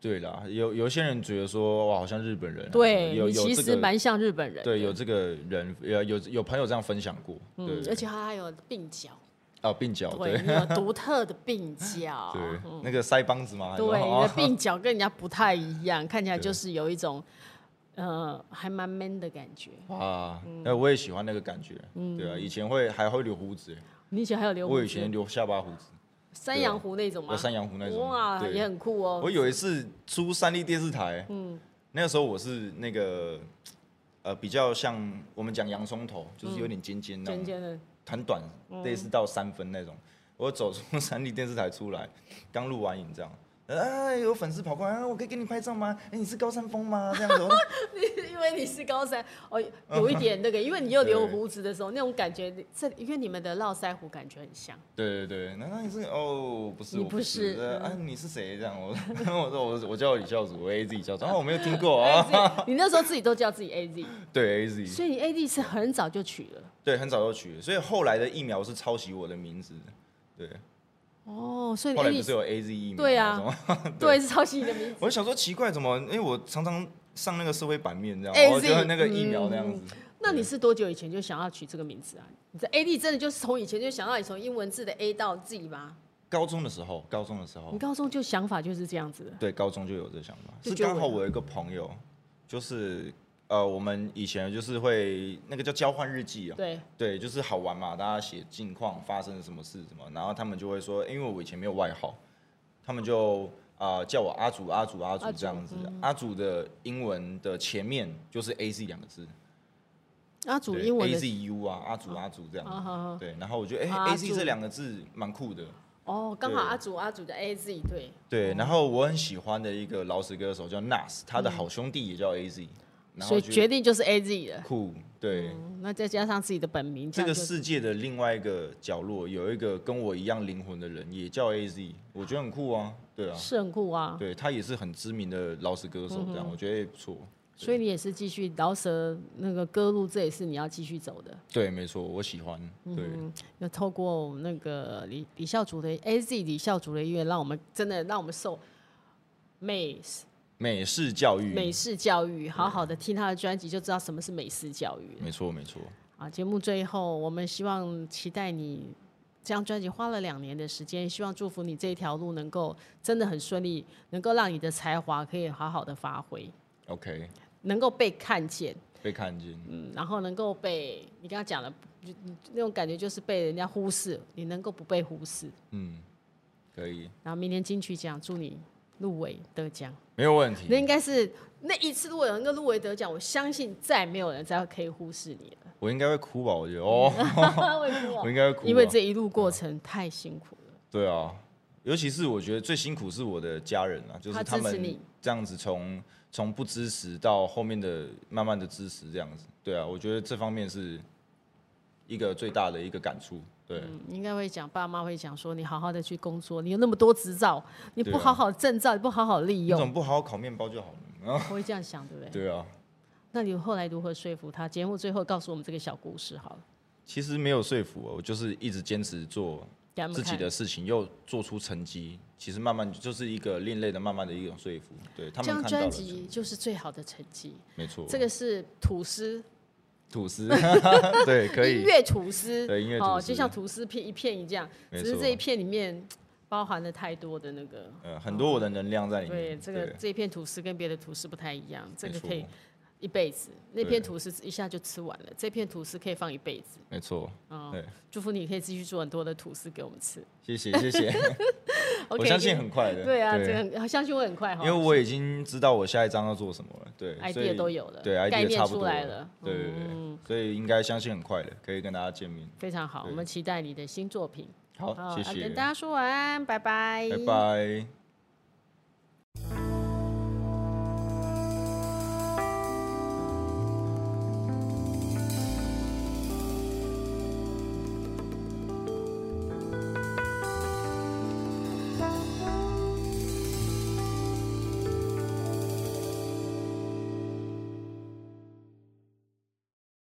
B: 对啦，有有些人觉得说，哇，好像日本人啊，
A: 对，
B: 有
A: 你
B: 有
A: 其
B: 这
A: 实
B: 个，
A: 蛮像日本人。
B: 对，有这个人，有有有朋友这样分享过，
A: 嗯
B: 对，，
A: 而且他还有鬓角，
B: 哦，鬓角，
A: 对，你有独特的鬓角。
B: 对，那个腮帮子 嘛，
A: 对，
B: 还
A: 你
B: 说
A: 的
B: 哦
A: 鬓角跟人家不太一样，看起来
B: 对
A: 就是有一种，呃，还蛮 man 的感觉。
B: 哇，
A: 嗯
B: 那我也喜欢那个感觉，对啊，以前会还会留胡子，
A: 你以前还有留嗯
B: 我
A: 胡
B: 以前
A: 子，
B: 留下巴胡子，
A: 山羊湖那种吗？
B: 呃山羊湖那种
A: 哇，
B: 对
A: 也很酷哦。
B: 我有一次出三立电视台，
A: 嗯
B: 那个时候我是那个呃比较像我们讲洋葱头，就是有点尖尖
A: 嗯
B: 那
A: 尖嗯
B: 种，
A: 尖的，
B: 很短，类似到三分那种。我走出三立电视台出来，刚录完影这样。啊！有粉丝跑过来，啊我可以跟你拍照吗？哎、你是高山峰吗？这样子，我说
A: 因为你是高山哦，有一点那个，因为你又留
B: 对
A: 胡子的时候，那种感觉，这因为你们的络腮胡感觉很像。
B: 对对对，难道你是哦？不是，
A: 你
B: 我
A: 不
B: 是。
A: 是
B: 呃
A: 嗯
B: 啊，你是谁？这样，我 我说我我叫李教主，我 A Z 李教 主，然、啊、后我没有听过啊。
A: AZ 你那时候自己都叫自己 AZ，
B: 对 A Z，
A: 所以你 AZ 是很早就取了。
B: 对，很早就取了，所以后来的疫苗是抄袭我的名字，对，
A: 哦，所以你
B: 后来不是
A: AZ
B: 有 A Z 疫苗，
A: 对啊
B: 什么，
A: 对是抄袭你的名字。
B: 我就想说奇怪，怎么？因为我常常上那个社会版面这样，
A: AZ
B: 我觉得那个疫苗那样子，
A: 那你是多久以前就想要取这个名字啊？你在 AD 真的就是从以前就想到你从英文字的 A 到 Z 吗？
B: 高中的时候，高中的时
A: 你
B: 候，
A: 高中就想法就是这样子的。
B: 对，高中就有这想法，
A: 嗯就是觉得
B: 刚好
A: 我
B: 我有一个朋友，就是呃，我们以前就是会那个叫交换日记啊，
A: 对，
B: 对，就是好玩嘛，大家写近况发生了什么事什么，然后他们就会说，因为我以前没有外号，他们就啊、呃叫我阿祖阿祖阿
A: 阿
B: 祖
A: 祖嗯
B: 这样子。啊阿祖的英文的前面就是 A Z 两个字，
A: 阿祖
B: 对
A: 英文
B: A
A: 的
B: Z U 啊，阿祖阿祖这样
A: 啊
B: 子。
A: 哈哈
B: 对，然后我觉得哎、
A: 啊阿
B: A Z
A: 祖
B: 这两个字蛮酷的。
A: 哦，刚好
B: 对
A: 阿祖阿祖的 AZ 对，
B: 对，然后我很喜欢的一个老死歌手叫 Nas，他的好兄弟也叫 A Z，、
A: 嗯所
B: 然后
A: 以决
B: 觉得
A: 定就是 AZ 了。
B: 酷。对，
A: 嗯那再加上自己的本名，
B: 这
A: 样
B: 个
A: 就
B: 世界的另外一个角落，有一个跟我一样灵魂的人，也叫 A Z，我觉得很酷啊，对啊，
A: 是很酷啊。
B: 对他也是很知名的老死歌
A: 嗯
B: 手，这样、我觉得也不错。
A: 所以你也是继续饶舌那个歌路，这也是你要继续走的。
B: 对，没错，我喜欢。
A: 嗯
B: 对，
A: 那透过我们那个李李孝祖的 AZ 李孝祖的音乐，让我们真的让我们受美
B: 美式教育，
A: 美式教育，好好的听他的专辑就知道什么是美式教育了。
B: 没错没错。
A: 啊，节目最后，我们希望期待你这张专辑花了两年的时间，希望祝福你这一条路能够真的很顺利，能够让你的才华可以好好的发挥，
B: OK，
A: 能够被看见，
B: 被看见，
A: 嗯，然后能够被你刚刚讲了，就那种感觉就是被人家忽视，你能够不被忽视。
B: 嗯，可以，
A: 然后明年金曲奖，祝你入围得奖。
B: 没有问
A: 那
B: 题。
A: 应该是那一次如果有能够入围得奖，我相信再没有人再可以忽视你了。
B: 我应该会哭吧？我觉得 哦，
A: 会哭哦
B: 我应该会哭吧。
A: 因为这一路过程太辛苦了。
B: 对啊，尤其是我觉得最辛苦是我的家人啊，就是
A: 他支持
B: 们
A: 你
B: 这样子从从不支持到后面的慢慢的支持这样子。对啊，我觉得这方面是一个最大的一个感触。对，
A: 嗯，应该会讲，爸妈会讲说，你好好的去工作，你有那么多执照，你
B: 对
A: 不
B: 啊
A: 好好证照，你不好好利
B: 你怎
A: 用，
B: 么不好好烤面包就好了？啊，
A: 我会这样想，对不对？
B: 对啊，
A: 那你后来如何说服他？节目最后告诉我们这个小故事好了，
B: 其实没有说服我，我就是一直坚持做
A: 给他们
B: 自
A: 看。
B: 己的事情，又做出成绩。其实慢慢就是一个另类的，慢慢的一种说服。对他
A: 这
B: 们
A: 张
B: 看到
A: 专
B: 了，
A: 辑就是最好的成绩，
B: 没错，
A: 这个是吐司
B: 吐 司，对，可
A: 音
B: 以，
A: 乐吐司，
B: 对音乐
A: 哦，
B: 吐司
A: 就像吐司片一片一这样，
B: 没
A: 只是
B: 错
A: 这一片里面包含了太多的那个，
B: 呃，很多我的能量在里面。
A: 对，这个
B: 对
A: 这一片吐司跟别的吐司不太一样，这
B: 没
A: 个
B: 错
A: 可以一辈子，那
B: 对
A: 片吐司一下就吃完了，这片吐司可以放一辈子。
B: 没错，
A: 哦
B: 对，
A: 祝福你可以继续做很多的吐司给我们吃。
B: 谢谢谢 谢，
A: OK，
B: 我相信很快的。
A: 对 啊，这个很相信会很快哈，
B: 因为我已经知道我下一章要做什么了，对
A: idea 都有了
B: 了，对
A: 概
B: ，idea
A: 念
B: 差不
A: 出
B: 多
A: 来了嗯
B: 了，对对对，所以应该相信很快的，可以跟大家见面。
A: 非常好，我们期待你的新作品。
B: 好，谢
A: 啊
B: 谢
A: 跟，大家说晚安，拜拜，
B: 拜。拜。